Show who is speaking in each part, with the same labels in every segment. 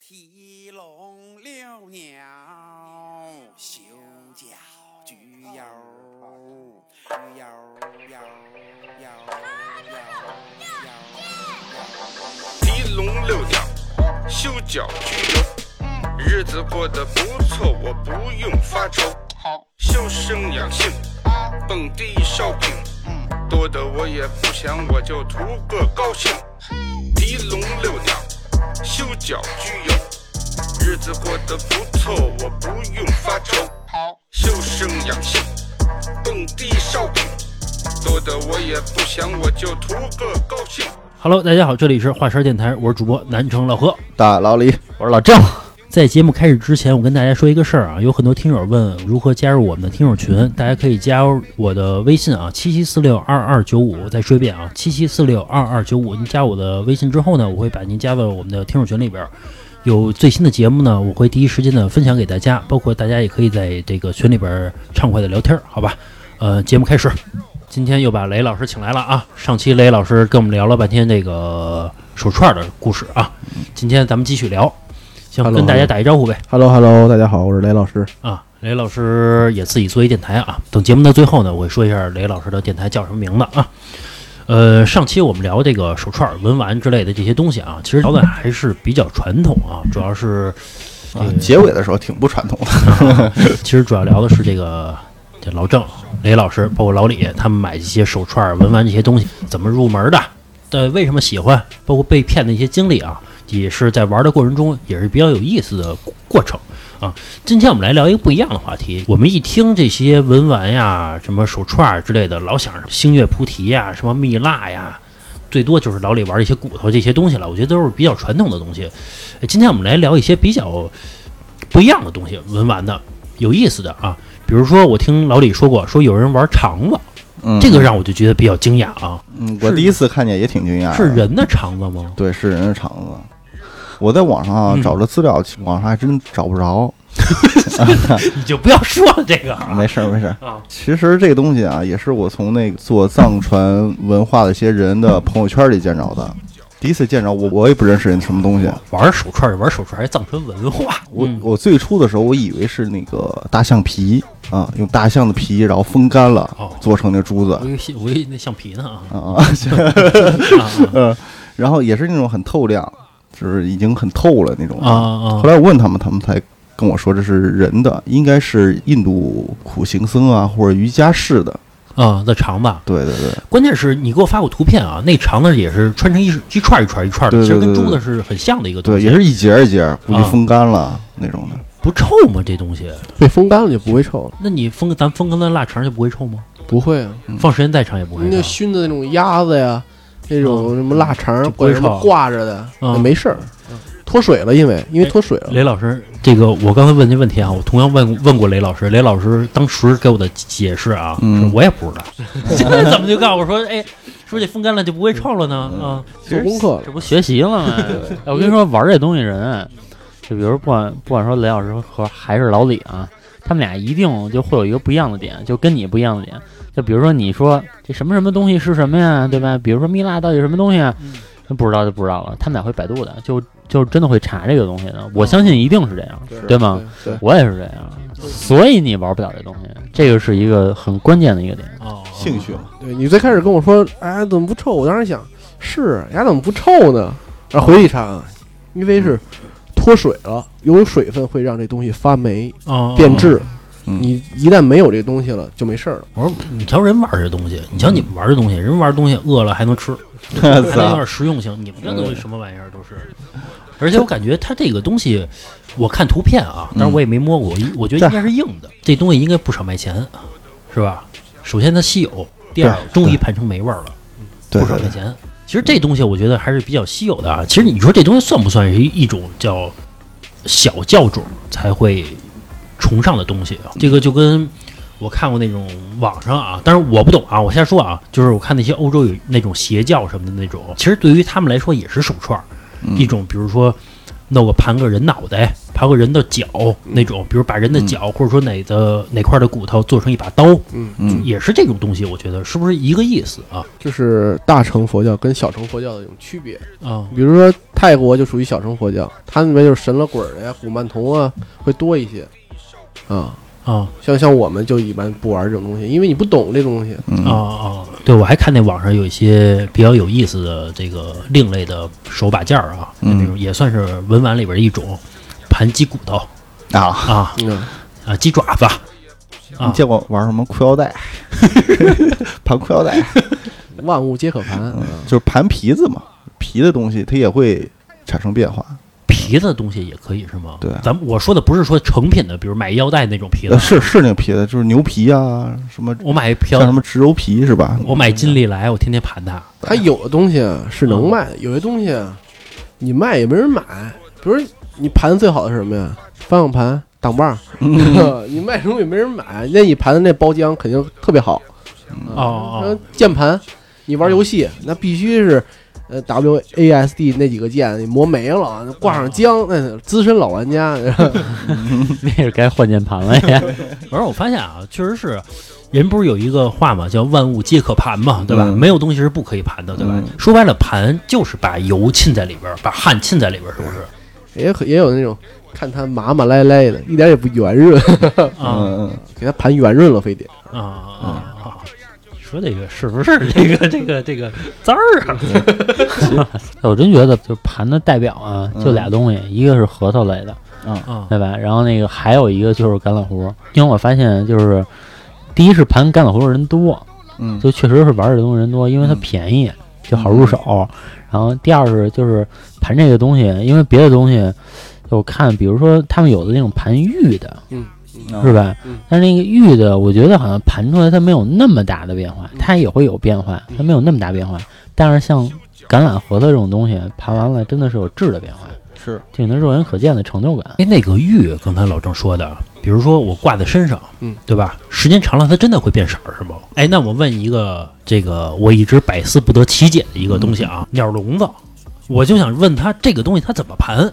Speaker 1: 提笼遛鸟，行脚举腰，举腰腰腰腰腰。
Speaker 2: 啊
Speaker 3: 提笼遛鸟，修脚居游，日子过得不错，我不用发愁。
Speaker 4: 好
Speaker 3: 修身养性，
Speaker 4: 啊，
Speaker 3: 蹦迪烧饼，
Speaker 4: 嗯，
Speaker 3: 多的我也不想，我就图个高兴。提笼遛鸟，修脚居游，日子过得不错，我不用发愁。
Speaker 4: 好
Speaker 3: 修身养性，蹦迪烧饼，多的我也不想，我就图个高兴。
Speaker 5: Hello，大家好，这里是华山电台，我是主播南城老何，
Speaker 6: 大老李，
Speaker 5: 我是老郑。在节目开始之前，我跟大家说一个事儿啊，有很多听友问如何加入我们的听友群，大家可以加入我的微信啊，七七四六二二九五。我再说一遍啊，七七四六二二九五。您加我的微信之后呢，我会把您加到我们的听友群里边儿。有最新的节目呢，我会第一时间的分享给大家，包括大家也可以在这个群里边儿畅快的聊天儿，好吧？呃，节目开始，今天又把雷老师请来了啊。上期雷老师跟我们聊了半天这个手串儿的故事啊，今天咱们继续聊。行，
Speaker 6: Hello，
Speaker 5: 跟大家
Speaker 6: hello
Speaker 5: 打一招呼呗。
Speaker 6: Hello Hello，大家好，我是雷老师。
Speaker 5: 啊，雷老师也自己做一电台啊。等节目的最后呢，我会说一下雷老师的电台叫什么名字啊。呃，上期我们聊这个手串、文玩之类的这些东西啊，其实聊的还是比较传统啊，主要是
Speaker 6: 啊，结尾的时候挺不传统的，
Speaker 5: 其实主要聊的是这个这老郑、雷老师，包括老李他们买这些手串、文玩这些东西怎么入门的，呃，为什么喜欢，包括被骗的一些经历啊，也是在玩的过程中也是比较有意思的过过程啊。今天我们来聊一个不一样的话题。我们一听这些文玩呀、什么手串之类的，老想着星月菩提呀、什么蜜蜡呀。最多就是老李玩一些骨头这些东西了，我觉得都是比较传统的东西。呃今天我们来聊一些比较不一样的东西，文玩的、有意思的啊。比如说，我听老李说过，说有人玩肠子，
Speaker 6: 嗯，
Speaker 5: 这个让我就觉得比较惊讶啊。
Speaker 6: 嗯，我
Speaker 5: 是
Speaker 6: 第一次看见也挺惊讶的，
Speaker 5: 是人的肠子 吗？
Speaker 6: 对，是人的肠子。我在网上啊
Speaker 5: 嗯
Speaker 6: 找了资料，网上还真找不着。
Speaker 5: 你就不要说了这个啊
Speaker 6: 没事儿，没事儿。
Speaker 5: 啊
Speaker 6: 其实这个东西啊，也是我从那个做藏传文化的一些人的朋友圈里见着的。第一次见着我，我也不认识人什么东西。
Speaker 5: 玩手串就玩手串，还藏传文化。
Speaker 6: 我
Speaker 5: 嗯
Speaker 6: 我最初的时候，我以为是那个大象皮啊，用大象的皮，然后风干
Speaker 5: 哦
Speaker 6: 了，做成那珠子
Speaker 5: 我。以为我以为那橡皮呢 啊
Speaker 6: 啊啊！
Speaker 5: 啊
Speaker 6: 嗯然后也是那种很透亮，就是已经很透了那种。
Speaker 5: 啊啊
Speaker 6: 后！来我问他们，他们才跟我说这是人的，应该是印度苦行僧啊或者瑜伽士的。
Speaker 5: 啊啊！的肠子，
Speaker 6: 对对对，
Speaker 5: 关键是你给我发过图片啊，那肠子也是穿成一一串一串一串的，
Speaker 6: 对
Speaker 5: 其
Speaker 6: 对
Speaker 5: 实跟
Speaker 6: 对
Speaker 5: 珠
Speaker 6: 对
Speaker 5: 子是很像的一个东
Speaker 6: 对，
Speaker 5: 西。嗯
Speaker 6: 也是一节一节，估计
Speaker 5: 啊
Speaker 6: 风干了、那种的。
Speaker 5: 不臭吗？这东西？
Speaker 7: 被风干了就不会臭了，
Speaker 5: 那你风咱风干的腊肠就不会臭吗？
Speaker 7: 不会啊。
Speaker 6: 嗯
Speaker 5: 放时间再长也不会啊
Speaker 7: 那
Speaker 5: 臭。
Speaker 7: 熏的那种鸭子呀，那种什么腊
Speaker 5: 就
Speaker 7: 肠，
Speaker 5: 不
Speaker 7: 或
Speaker 5: 会
Speaker 7: 者什么
Speaker 5: 臭
Speaker 7: 挂着的，
Speaker 5: 嗯
Speaker 7: 那没事儿。脱水了，因为因为脱水了。
Speaker 5: 雷老师，这个我刚才问这问题啊，我同样问问过雷老师，雷老师当时给我的解释啊，是
Speaker 6: 嗯
Speaker 5: 我也不知道，这怎么就告诉我说，哎，说这风干了就不会臭了呢？啊，
Speaker 7: 做功课了
Speaker 8: 这，不学习了吗？哎我跟你说，玩这东西人，就比如不管不管说雷老师和还是老李啊，他们俩一定就会有一个不一样的点，就跟你不一样的点。就比如说你说这什么什么东西是什么呀，对吧？比如说蜜蜡到底是什么东西啊？不知道就不知道了，他们俩会百度的，就就真的会查这个东西的。我相信一定是这样，对吗？
Speaker 7: 对？
Speaker 5: 嗯
Speaker 7: 对，
Speaker 8: 我也是这样，所以你玩不了这东西，这个是一个很关键的一个点。
Speaker 5: 哦，
Speaker 6: 兴 趣嘛，
Speaker 7: 对你最开始跟我说，哎，怎么不臭？我当时想，是哎呀，怎么不臭呢？然后回去一查，因为是脱水了，有水分会让这东西发霉
Speaker 5: 哦，
Speaker 7: 变质。
Speaker 6: 嗯
Speaker 7: 你一旦没有这东西了，就没事儿了。
Speaker 5: 我说，你瞧人玩这东西，你瞧你们玩这东西，人玩东西饿了还能吃，还
Speaker 6: 啊
Speaker 5: 能有点实用性。你们这东西什么玩意儿都是，而且我感觉它这个东西，我看图片啊，但是我也没摸过，我我觉得应该是硬的，这东西应该不少卖钱，是吧？首先它稀有，第二
Speaker 6: 对
Speaker 5: 终于盘成没味儿了，
Speaker 6: 对
Speaker 5: 不少
Speaker 6: 对
Speaker 5: 卖
Speaker 6: 对，
Speaker 5: 钱。其实这东西我觉得还是比较稀有的啊。其实你说这东西算不算是一种叫小教种才会崇尚的东西啊？这个就跟我看过那种网上啊，当然我不懂啊，我瞎说啊，就是我看那些欧洲有那种邪教什么的那种，其实对于他们来说也是手串儿，
Speaker 6: 嗯
Speaker 5: 一种比如说弄个盘个人脑袋，还有个人的脚
Speaker 6: 嗯
Speaker 5: 那种，比如把人的脚或者说哪的哪块的骨头做成一把刀，
Speaker 7: 嗯
Speaker 6: 嗯
Speaker 5: 也是这种东西，我觉得是不是一个意思啊？
Speaker 7: 这是大乘佛教跟小乘佛教的一种区别。
Speaker 5: 啊，
Speaker 7: 比如说泰国就属于小乘佛教，它那边就是神了鬼儿的呀、古曼童啊，会多一些。啊，
Speaker 5: 啊
Speaker 7: 像像我们就一般不玩这种东西，因为你不懂这种东西。
Speaker 6: 嗯
Speaker 5: 啊啊！对，我还看那网上有一些比较有意思的这个另类的手把件儿啊，
Speaker 6: 嗯
Speaker 5: 那种也算是文玩里边儿一种，盘鸡骨头
Speaker 6: 啊，
Speaker 5: 啊
Speaker 7: 嗯，
Speaker 5: 啊鸡爪子
Speaker 6: 你
Speaker 5: 啊
Speaker 6: 见过玩什么裤腰 带，盘裤腰带，
Speaker 7: 嗯万物皆可盘。啊
Speaker 6: 就是盘皮子嘛，皮的东西它也会产生变化。
Speaker 5: 皮子的东西也可以是吗？
Speaker 6: 对
Speaker 5: 咱们我说的不是说成品的，比如买腰带那种皮子
Speaker 6: 呃，，是是那个皮子，就是牛皮啊，什么
Speaker 5: 我买一瓢
Speaker 6: 像，什么植鞣皮是吧？
Speaker 5: 我买金利来，我天天盘它。
Speaker 7: 它有的东西啊是能卖，有些东西啊你卖也没人买。比如你盘最好的是什么呀？方向盘、挡把儿，你卖什么也没人买。那你盘的那包浆肯定特别好。
Speaker 6: 嗯
Speaker 7: 啊
Speaker 5: 哦
Speaker 7: 然后
Speaker 5: 哦
Speaker 7: 键盘，你玩游戏那必须是。呃，W A S D 那几个键你磨没了，挂上浆，那资深老玩家，
Speaker 8: 那是该换键盘了呀。
Speaker 5: 反正我发现啊，确实是，人不是有一个话嘛，叫万物皆可盘嘛，对吧？
Speaker 6: 嗯
Speaker 5: 没有东西是不可以盘的，对吧？
Speaker 6: 嗯
Speaker 5: 说白了，盘就是把油浸在里边儿，把汗浸在里边儿，是不是？
Speaker 7: 也可也有那种看他麻麻赖赖的，一点也不圆润，
Speaker 5: 啊
Speaker 6: 嗯，嗯
Speaker 7: 给他盘圆润了，非得。
Speaker 5: 啊啊啊！啊你说这个是不是这个这个这个字儿啊？
Speaker 8: 我真觉得，就盘的代表啊，就俩东西，一个是核桃类的，
Speaker 5: 啊
Speaker 8: 对吧？然后那个还有一个就是橄榄核，因为我发现就是，第一是盘橄榄核的人多，
Speaker 6: 嗯，
Speaker 8: 就确实是玩这东西人多，因为它
Speaker 6: 嗯
Speaker 8: 便宜，就好入手。然后第二是就是盘这个东西，因为别的东西，就我看比如说他们有的那种盘玉的，
Speaker 6: 嗯
Speaker 8: 是吧
Speaker 7: 嗯？
Speaker 8: 但是那个玉的，我觉得好像盘出来它没有那么大的变化，
Speaker 6: 嗯
Speaker 8: 它也会有变化，它没有那么大变化。但是像橄榄核的这种东西，盘完了真的是有质的变化，
Speaker 6: 是
Speaker 8: 就你能肉眼可见的成就感。
Speaker 5: 哎，那个玉，刚才老郑说的，比如说我挂在身上，
Speaker 7: 嗯，
Speaker 5: 对吧？时间长了，它真的会变色儿，是吗？哎，那我问一个，这个我一直百思不得其解的一个东西
Speaker 7: 嗯
Speaker 5: 啊，鸟笼子，我就想问他这个东西它怎么盘？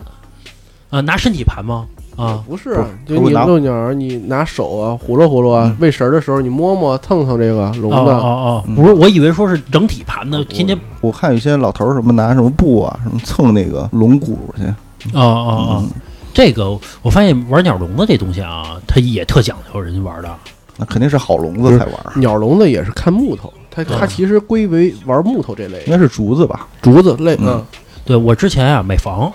Speaker 5: 啊，拿身体盘吗？啊，
Speaker 7: 不是
Speaker 6: 不
Speaker 7: 啊，
Speaker 6: 是
Speaker 7: 就
Speaker 6: 我
Speaker 7: 你
Speaker 6: 拿
Speaker 7: 遛鸟儿，你拿手啊呼噜呼噜啊，喂食儿的时候，你摸摸蹭蹭这个笼
Speaker 5: 哦
Speaker 7: 子，哦
Speaker 5: 哦哦，
Speaker 6: 嗯
Speaker 5: 不是，我以为说是整体盘的，天天
Speaker 6: 我看有些老头儿什么拿什么布啊，什么蹭那个龙骨去，
Speaker 5: 哦哦哦，
Speaker 7: 嗯
Speaker 5: 这个我发现玩鸟笼子这东西啊，它也特讲究人家玩的。
Speaker 6: 那肯定是好笼子才玩儿，
Speaker 7: 鸟笼子也是看木头，它它其实归为玩木头这类
Speaker 6: 应，该是竹子吧？
Speaker 7: 竹子类，
Speaker 6: 嗯
Speaker 7: 嗯，
Speaker 5: 对我之前啊买房，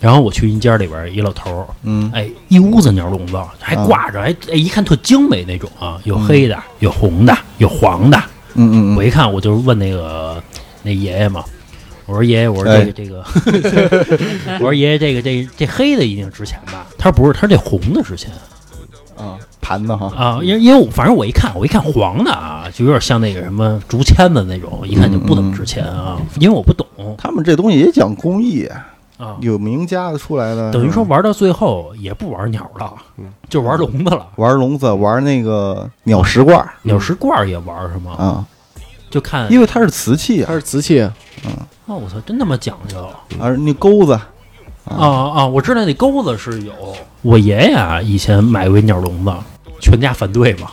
Speaker 5: 然后我去一家里边儿，一老头儿，
Speaker 6: 嗯啊
Speaker 5: 哎，一屋子鸟笼子，还挂着，哎哎，一看特精美那种啊，有黑的，有红的，有黄的。
Speaker 6: 嗯嗯嗯
Speaker 5: 我
Speaker 6: 嗯，
Speaker 5: 一看，我就问那个那爷爷嘛，我说爷爷，我说这个、
Speaker 6: 哎
Speaker 5: 这个， 我说爷爷，这个这这黑的一定值钱吧？他说不是，他说这红的值钱
Speaker 6: 啊，盘子哈，
Speaker 5: 啊，因为因为我反正我一看，我一看黄的啊，就有点像那个什么竹签子那种，一看就不怎
Speaker 6: 嗯
Speaker 5: 么值钱啊，因为我不懂
Speaker 6: 他们这东西也讲工艺，
Speaker 5: 啊。
Speaker 6: 有名家的出来的，
Speaker 5: 等于说玩到最后也不玩鸟了，
Speaker 6: 嗯
Speaker 5: 就玩笼子了，
Speaker 6: 玩笼子，玩那个鸟食罐儿
Speaker 5: 鸟食罐儿也玩是吗？
Speaker 6: 啊，
Speaker 5: 就看
Speaker 6: 嗯因为它是瓷器
Speaker 7: 它
Speaker 6: 啊，
Speaker 7: 是瓷器，
Speaker 5: 哦，我操，真他妈讲究
Speaker 6: 而那钩子，
Speaker 5: 啊啊！我知道那钩子是有，我爷爷啊以前买过一鸟笼子，全家反对 嘛，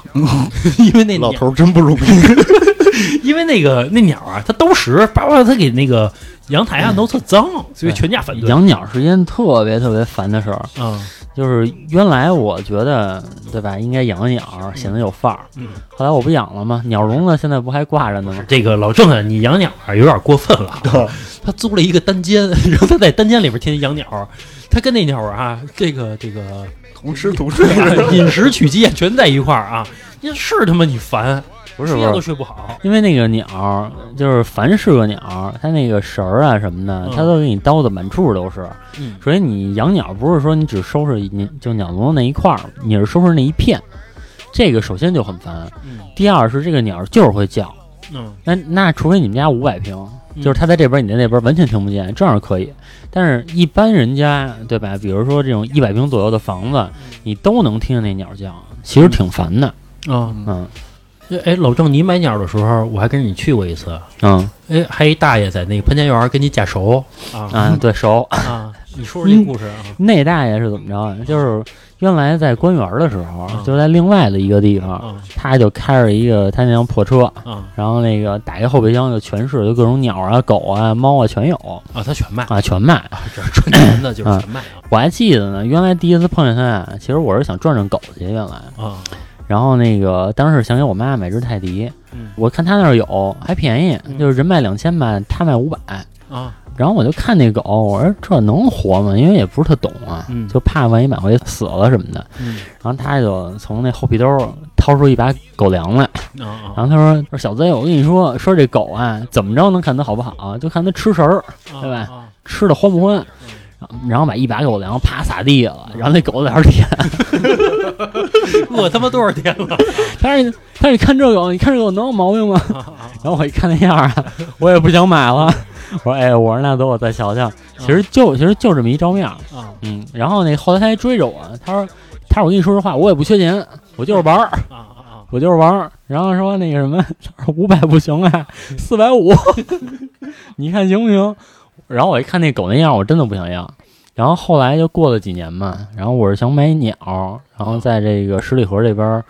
Speaker 5: 因为那
Speaker 6: 老
Speaker 5: 鸟，
Speaker 6: 头儿真不容易，
Speaker 5: 因为那个那鸟啊，它兜食，叭叭，它给那个阳台上都特脏，
Speaker 6: 嗯
Speaker 5: 所以全家反对。
Speaker 8: 养鸟是件特别特别烦的事儿，
Speaker 5: 啊，
Speaker 8: 就是原来我觉得，对吧？应该养养鸟，显得有范儿。
Speaker 5: 嗯
Speaker 8: 后来我不养了吗？鸟笼子现在不还挂着呢吗？
Speaker 5: 这个老郑啊，你养鸟啊有点过分了 啊。他租了一个单间， 然后他在单间里边天天养鸟，他跟那鸟啊，这个这个
Speaker 6: 同吃 同吃
Speaker 5: 饮食取经全在一块儿啊，你是他妈你烦，
Speaker 8: 不
Speaker 5: 睡啊觉都睡不好。
Speaker 8: 因为那个鸟，就是凡是个鸟，它那个绳儿啊什么的
Speaker 5: 嗯，
Speaker 8: 它都给你叨的满处都是。
Speaker 5: 嗯
Speaker 8: 所以你养鸟不是说你只收拾你就鸟笼那一块儿，你是收拾那一片。这个首先就很烦，
Speaker 5: 嗯
Speaker 8: 第二是这个鸟就是会叫，
Speaker 5: 嗯
Speaker 8: 那那除非你们家五百平，
Speaker 5: 嗯
Speaker 8: 就是它在这边，你在那边完全听不见，这样可以。但是一般人家对吧？比如说这种一百平左右的房子，你都能听见那鸟叫，其实挺烦的。
Speaker 5: 啊，
Speaker 8: 嗯
Speaker 5: 哎，老郑，你买鸟的时候，我还跟着你去过一次。
Speaker 8: 嗯
Speaker 5: 哎，还一大爷在那个潘家园儿跟你假熟啊
Speaker 8: 嗯啊，对，熟。
Speaker 5: 啊！你说说这故事啊，
Speaker 8: 那大爷是怎么着啊？就是原来在官园的时候
Speaker 5: 嗯，
Speaker 8: 就在另外的一个地方，
Speaker 5: 啊
Speaker 8: 他就开着一个他那辆破车，
Speaker 5: 啊
Speaker 8: 然后那个打开后备箱就全是，就各种鸟啊、狗啊、猫啊全有
Speaker 5: 啊！他全卖，
Speaker 8: 啊，全卖。
Speaker 5: 这是赚钱的就是全卖啊
Speaker 8: 我还记得呢，原来第一次碰见他啊，其实我是想转转狗去，原来，
Speaker 5: 啊
Speaker 8: 然后那个当时想给我妈买只泰迪，
Speaker 5: 嗯
Speaker 8: 我看他那儿有还便宜，
Speaker 5: 嗯
Speaker 8: 就是人卖两千吧，他卖五百。
Speaker 5: 啊
Speaker 8: 然后我就看那狗，我说这能活吗？因为也不是特懂啊，
Speaker 5: 嗯
Speaker 8: 就怕万一买回去死了什么的。
Speaker 5: 嗯
Speaker 8: 然后他就从那后屁兜掏出一把狗粮来，
Speaker 5: 啊啊
Speaker 8: 然后他说：“说小 Z，我跟你说，说这狗啊，怎么着能看它好不好？就看它吃食儿，
Speaker 5: 啊！
Speaker 8: 对吧
Speaker 5: 啊？
Speaker 8: 吃的欢不欢。”
Speaker 5: 嗯
Speaker 8: 然后把一把狗粮啪撒地下了，然后那狗在那儿舔。
Speaker 5: 饿他妈多少天了？
Speaker 8: 他说：“他说你看这狗，你看这狗能有毛病吗？”然后我一看那样儿啊，我也不想买了。我说：“哎，我说那等我再瞧瞧。”其实就其实就这么一照面儿。
Speaker 5: 啊
Speaker 8: 嗯，然后那后来他还追着我，他说：“他说我跟你说实话，我也不缺钱，我就是玩儿，
Speaker 5: 啊啊！
Speaker 8: 我就是玩儿。”然后说那个什么，他说五百不行啊，四百五， 你看行不行？然后我一看那狗那样，我真的不想要。然后后来就过了几年嘛，然后我是想买鸟，然后在这个十里河这边儿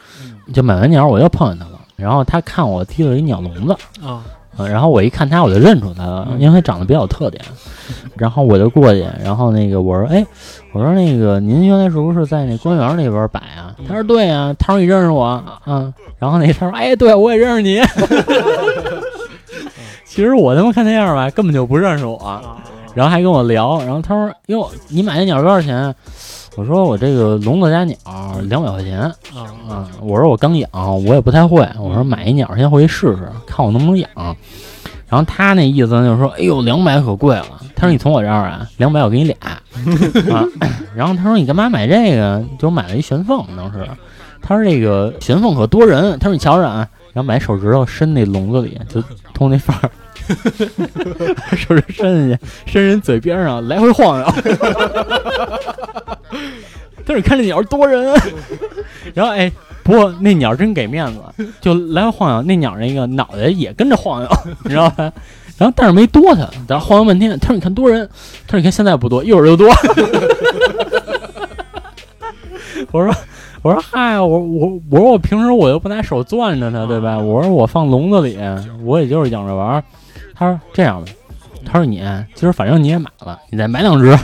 Speaker 8: 就买完鸟，我又碰见他了。然后他看我提了一鸟笼子，
Speaker 5: 啊
Speaker 8: 嗯，然后我一看他，我就认出他了，因为他长得比较有特点。然后我就过去，然后那个我说，哎，我说那个您原来是不是在那公园那边摆啊？他说对啊，他说你认识我，嗯。然后那他说，哎，对我也认识你。 其实我他妈看那样吧，根本就不认识我，然后还跟我聊，然后他说，哟，你买那鸟多少钱？啊我说我这个笼子加鸟两百块钱
Speaker 5: 啊
Speaker 8: 啊，我说我刚养，我也不太会，我说买一鸟先回去试试，看我能不能养。然后他那意思就是说，哎呦，两百可贵了。他说你从我这儿啊，两百我给你俩啊。 然后他说你干嘛买这个？就买了一玄凤，当时他说这个玄凤可多人。他说你瞧着啊，然后把手指头伸那笼子里，就通那缝儿， 把手指伸进去，伸人嘴边上，来回晃悠。 他说你看这鸟多人， 然后哎，不过那鸟真给面子，就来回晃悠，那鸟那个脑袋也跟着晃悠，你知道吧？然后但是没多它，然后晃悠半天，他说你看多人，他说你看现在不多，一会儿就多。 我说我说嗨，我我我说我平时我又不拿手攥着它，对吧？我说我放笼子里，我也就是养着玩儿。他说这样吧，他说你今儿反正你也买了，你再买两只。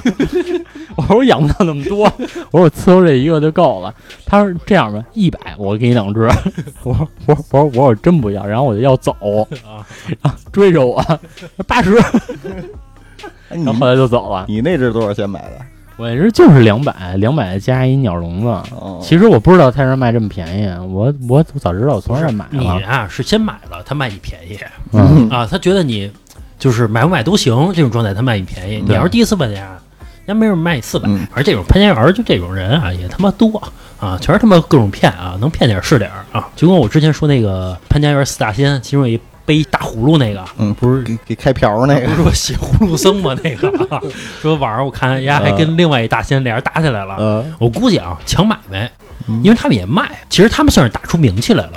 Speaker 8: 我说我养不了那么多，我说我伺候这一个就够了。他说这样吧，一百我给你两只。 我说我说我说我说真不要，然后我就要走，然后追着我 八十，
Speaker 6: 哎
Speaker 8: 然后后
Speaker 6: 你
Speaker 8: 来就走了。
Speaker 6: 你那只多少钱买的？
Speaker 8: 我这就是两百，两百加一鸟笼子。
Speaker 6: 哦，
Speaker 8: 其实我不知道菜市场卖这么便宜，我我早知道我从这儿买
Speaker 5: 你
Speaker 8: 了。
Speaker 5: 啊是先买了，他卖你便宜
Speaker 8: 嗯，
Speaker 5: 啊，他觉得你就是买不买都行这种状态，他卖你便宜。你要是第一次搬家，人家没准卖你四百
Speaker 6: 嗯。
Speaker 5: 而这种潘家园就这种人啊，也他妈多啊，全是他妈各种骗啊，能骗点儿是点儿啊。就跟我之前说那个潘家园四大仙，其中有一背大葫芦那个，
Speaker 6: 嗯，不是给给开瓢那
Speaker 5: 不
Speaker 6: 个，
Speaker 5: 是说写葫芦僧吗？那个、 啊、说晚上我看人家还
Speaker 6: 嗯
Speaker 5: 跟另外一大仙俩人打起来了。
Speaker 6: 呃，
Speaker 5: 我估计啊，抢买卖，
Speaker 6: 嗯
Speaker 5: 因为他们也卖，其实他们算是打出名气来了。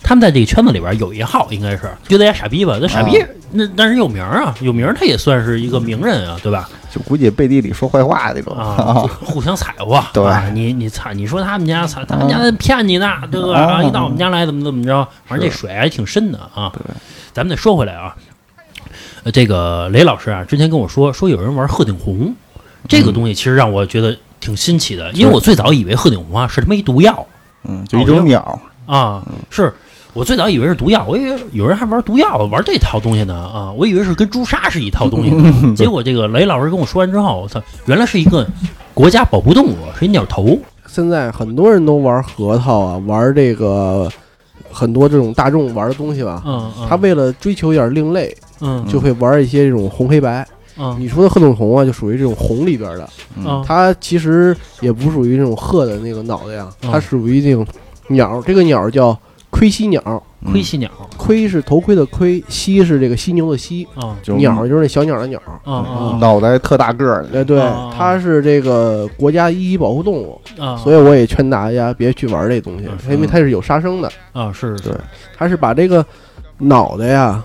Speaker 5: 他们在这个圈子里边有一号，应该是就大家傻逼吧？那傻
Speaker 6: 嗯
Speaker 5: 逼，那那人有名儿啊，有名儿他也算是一个名人啊，对吧？
Speaker 6: 就估计背地里说坏话那种
Speaker 5: 啊，就，互相踩和，
Speaker 6: 对嗯
Speaker 5: 啊，你你操，你说他们家操，他们家骗你呢，对吧？
Speaker 6: 啊
Speaker 5: 啊，一到我们家来怎么怎么着，反正这水还挺深的啊。咱们得说回来啊，呃，这个雷老师啊，之前跟我说说有人玩鹤顶红，这
Speaker 6: 嗯
Speaker 5: 个东西其实让我觉得挺新奇的，因为我最早以为鹤顶红啊是他妈一毒药
Speaker 6: 嗯，就一种鸟，
Speaker 5: 啊，是。我最早以为是毒药，我以为有人还玩毒药，玩这套东西呢啊！我以为是跟朱砂是一套东西呢，结果这个雷老师跟我说完之后，我操，原来是一个国家保护动物，是一鸟头。
Speaker 7: 现在很多人都玩核桃啊，玩这个很多这种大众玩的东西吧。
Speaker 5: 嗯
Speaker 7: 他为了追求一点另类，
Speaker 5: 嗯
Speaker 7: 就会玩一些这种红黑白。
Speaker 5: 嗯
Speaker 7: 你说的鹤顶红啊，就属于这种红里边的，
Speaker 5: 嗯
Speaker 7: 它其实也不属于那种鹤的那个脑袋呀，
Speaker 5: 嗯
Speaker 7: 它属于那种鸟。这个鸟叫盔犀鸟，
Speaker 5: 盔犀鸟
Speaker 7: 盔是头盔的盔，犀是这个犀牛的犀，
Speaker 5: 啊
Speaker 6: 就
Speaker 7: 鸟就是那小鸟的鸟。
Speaker 5: 啊啊
Speaker 6: 脑袋特大个儿的，
Speaker 7: 哎，对
Speaker 5: 哦，
Speaker 7: 它是这个国家一级保护动物，
Speaker 5: 啊！
Speaker 7: 所以我也劝大家别去玩这东西
Speaker 5: 嗯，
Speaker 7: 因为它是有杀生的。
Speaker 5: 啊是是
Speaker 7: 它是把这个脑袋呀，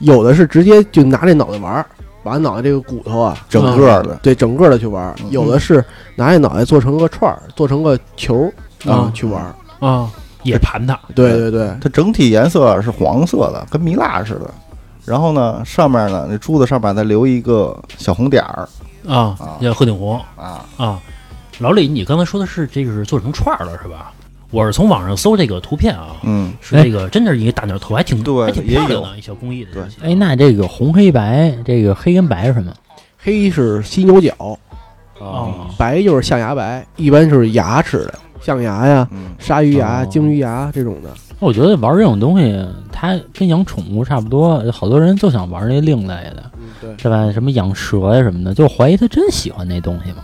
Speaker 7: 有的是直接就拿这脑袋玩儿，把脑袋这个骨头啊，
Speaker 6: 整个儿的
Speaker 7: 对整个的去玩儿，
Speaker 6: 嗯
Speaker 7: 有的是拿这脑袋做成个串儿，做成个球儿啊
Speaker 5: 嗯
Speaker 7: 去玩儿。
Speaker 5: 啊，也盘它，
Speaker 7: 对对对，
Speaker 6: 它整体颜色是黄色的，跟蜜蜡似的。然后呢，上面呢，那珠子上面再留一个小红点儿
Speaker 5: 啊
Speaker 6: 啊，
Speaker 5: 叫鹤顶红
Speaker 6: 啊，
Speaker 5: 啊。老李，你刚才说的是这个是做成串儿了是吧？我是从网上搜这个图片啊，
Speaker 6: 嗯，
Speaker 5: 是这个真的是一个大鸟头，还挺
Speaker 6: 对
Speaker 5: 还挺
Speaker 6: 也
Speaker 5: 漂亮
Speaker 6: 有
Speaker 5: 的，一小工艺的
Speaker 6: 对
Speaker 5: 东西。
Speaker 8: 哎，那这个红黑白，这个黑跟白是什么？
Speaker 7: 黑是犀牛角，
Speaker 5: 哦，
Speaker 7: 白就是象牙白，一般就是牙齿的，象牙呀、
Speaker 6: 嗯，
Speaker 7: 鲨鱼牙、
Speaker 8: 哦
Speaker 7: 鲸鱼牙这种的。
Speaker 8: 我觉得玩这种东西，它跟养宠物差不多，好多人就想玩那另类的，
Speaker 7: 嗯，对，
Speaker 8: 是吧？什么养蛇呀、什么的，就怀疑他真喜欢那东西嘛。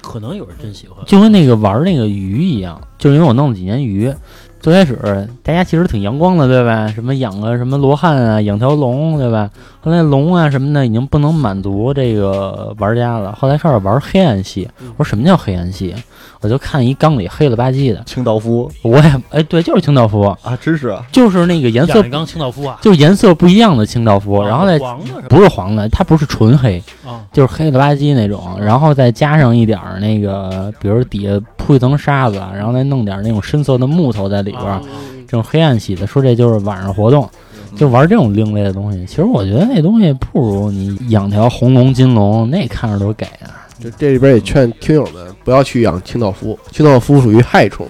Speaker 5: 可能有人真喜欢。
Speaker 8: 就跟那个玩那个鱼一样，就是因为我弄了几年鱼，最开始大家其实挺阳光的，对吧？什么养个什么罗汉啊，养条龙，对吧？后来龙啊什么的已经不能满足这个玩家了，后来开始玩黑暗系。我说什么叫黑暗系？啊我就看一缸里黑了吧唧的，
Speaker 6: 清道夫
Speaker 8: 我也哎对，就是清道夫，
Speaker 6: 啊，真是啊，
Speaker 8: 就是那个颜色
Speaker 5: 亚历冈清道夫啊，
Speaker 8: 就是颜色不一样的清道夫，然后再
Speaker 5: 黄啊的是吧？
Speaker 8: 不是黄的，它不是纯黑，
Speaker 5: 啊，
Speaker 8: 就是黑了吧唧那种，然后再加上一点儿那个，比如底下铺一层沙子，啊然后再弄点儿那种深色的木头在里边儿，
Speaker 5: 啊
Speaker 8: 这种黑暗系的，说这就是晚上活动，
Speaker 5: 嗯
Speaker 8: 就玩这种另类的东西。其实我觉得那东西不如你养条红龙、金龙，那看着多给 啊！
Speaker 7: 就这里边也劝听友们不要去养清道夫，清道夫属于害虫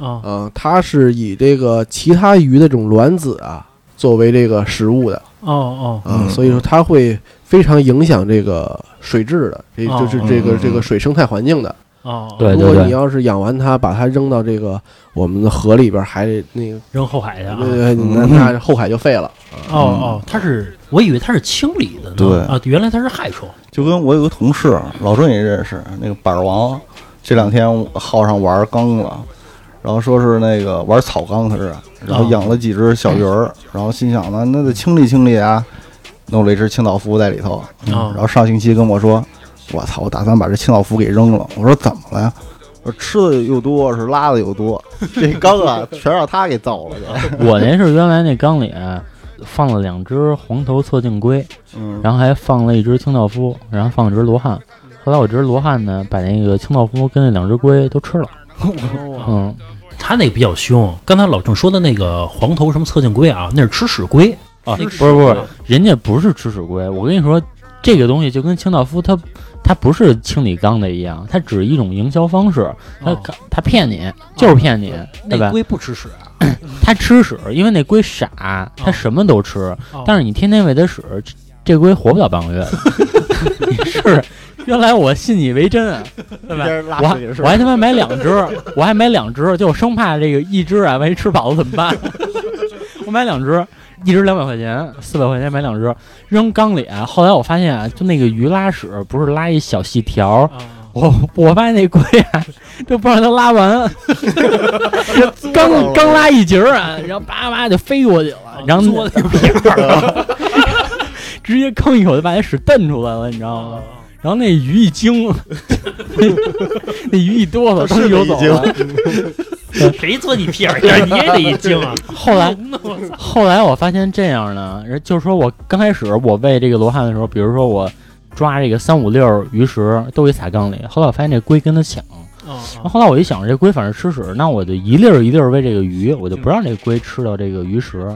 Speaker 5: 啊
Speaker 7: 啊、它是以这个其他鱼的这种卵子啊作为这个食物的
Speaker 5: 哦哦
Speaker 7: 啊、
Speaker 6: 嗯
Speaker 7: 所以说它会非常影响这个水质的，这
Speaker 5: 哦
Speaker 7: 就是这个、
Speaker 6: 嗯
Speaker 7: 这个水生态环境的。
Speaker 5: 哦，
Speaker 8: 对
Speaker 7: 如果你要是养完它，把它扔到这个我们的河里边，还得那个
Speaker 5: 扔后海去啊。
Speaker 7: 呃那那后海就废了。
Speaker 5: 哦
Speaker 8: 嗯
Speaker 5: 哦，它是，我以为它是清理的呢。
Speaker 6: 对
Speaker 5: 啊，原来它是害虫。
Speaker 6: 就跟我有个同事，老郑也认识，那个板儿王，这两天号上玩缸了，然后说是那个玩草缸，他是，然后养了几只小鱼儿，然后心想呢，那得清理清理啊，弄了一只青岛夫在里头，嗯
Speaker 5: 啊
Speaker 6: 然后上星期跟我说，我操，我打算把这青岛夫给扔了，我说怎么了呀？我说吃的又多，是拉的又 多，这缸啊全让他给造了去。
Speaker 8: 我那是原来那缸里放了两只黄头侧颈龟，
Speaker 6: 嗯，
Speaker 8: 然后还放了一只清道夫，然后放了一只罗汉。后来我这只罗汉呢，把那个清道夫跟那两只龟都吃了。
Speaker 5: 哦
Speaker 8: 嗯，
Speaker 5: 它那个比较凶。刚才老郑说的那个黄头什么侧颈龟啊，那是吃屎龟啊，
Speaker 8: 不是不是，人家不是吃屎龟。我跟你说，这个东西就跟清道夫它它不是清理缸的一样，它只是一种营销方式，它
Speaker 5: 哦
Speaker 8: 它它骗你，就是骗你，对
Speaker 5: 那
Speaker 8: 吧？
Speaker 5: 龟不吃屎啊。
Speaker 8: 它吃屎，因为那龟傻，它什么都吃，
Speaker 5: 哦
Speaker 8: 但是你天天喂它屎，这这龟活不了半个月 的。你是原来我信以为真啊，对吧？
Speaker 6: 拉
Speaker 8: 我还
Speaker 6: 屎也是
Speaker 8: 我还他妈买两只，我还买两只，就生怕这个一只啊，万一吃饱了怎么办？ 我买两只，一只两百块钱，四百块钱买两只，扔缸里啊。后来我发现啊，就那个鱼拉屎不是拉一小细条，
Speaker 5: 啊
Speaker 8: 我我发现那龟啊，都不让它拉 完，刚刚拉一截儿啊，然后叭叭就飞过去啊了，然后
Speaker 5: 嘬
Speaker 8: 那片儿， 直接吭一口就把那屎瞪出来了，你知道吗？然后那鱼一惊， 那鱼一哆嗦，
Speaker 6: 是
Speaker 8: 当时游
Speaker 6: 的已
Speaker 8: 走
Speaker 6: 经
Speaker 8: 了。
Speaker 5: 谁坐你屁眼儿 呀？你也得一惊啊！
Speaker 8: 后 来，后来我发现这样呢，人就是说我刚开始我喂这个罗汉的时候，比如说我抓这个三五六鱼食都给撒缸里，后来我发现这龟跟它抢。
Speaker 5: 哦啊
Speaker 8: 然后后来我一想，这龟反正吃屎，那我就一粒儿一粒儿喂这个鱼，我就不让这龟吃到这个鱼食，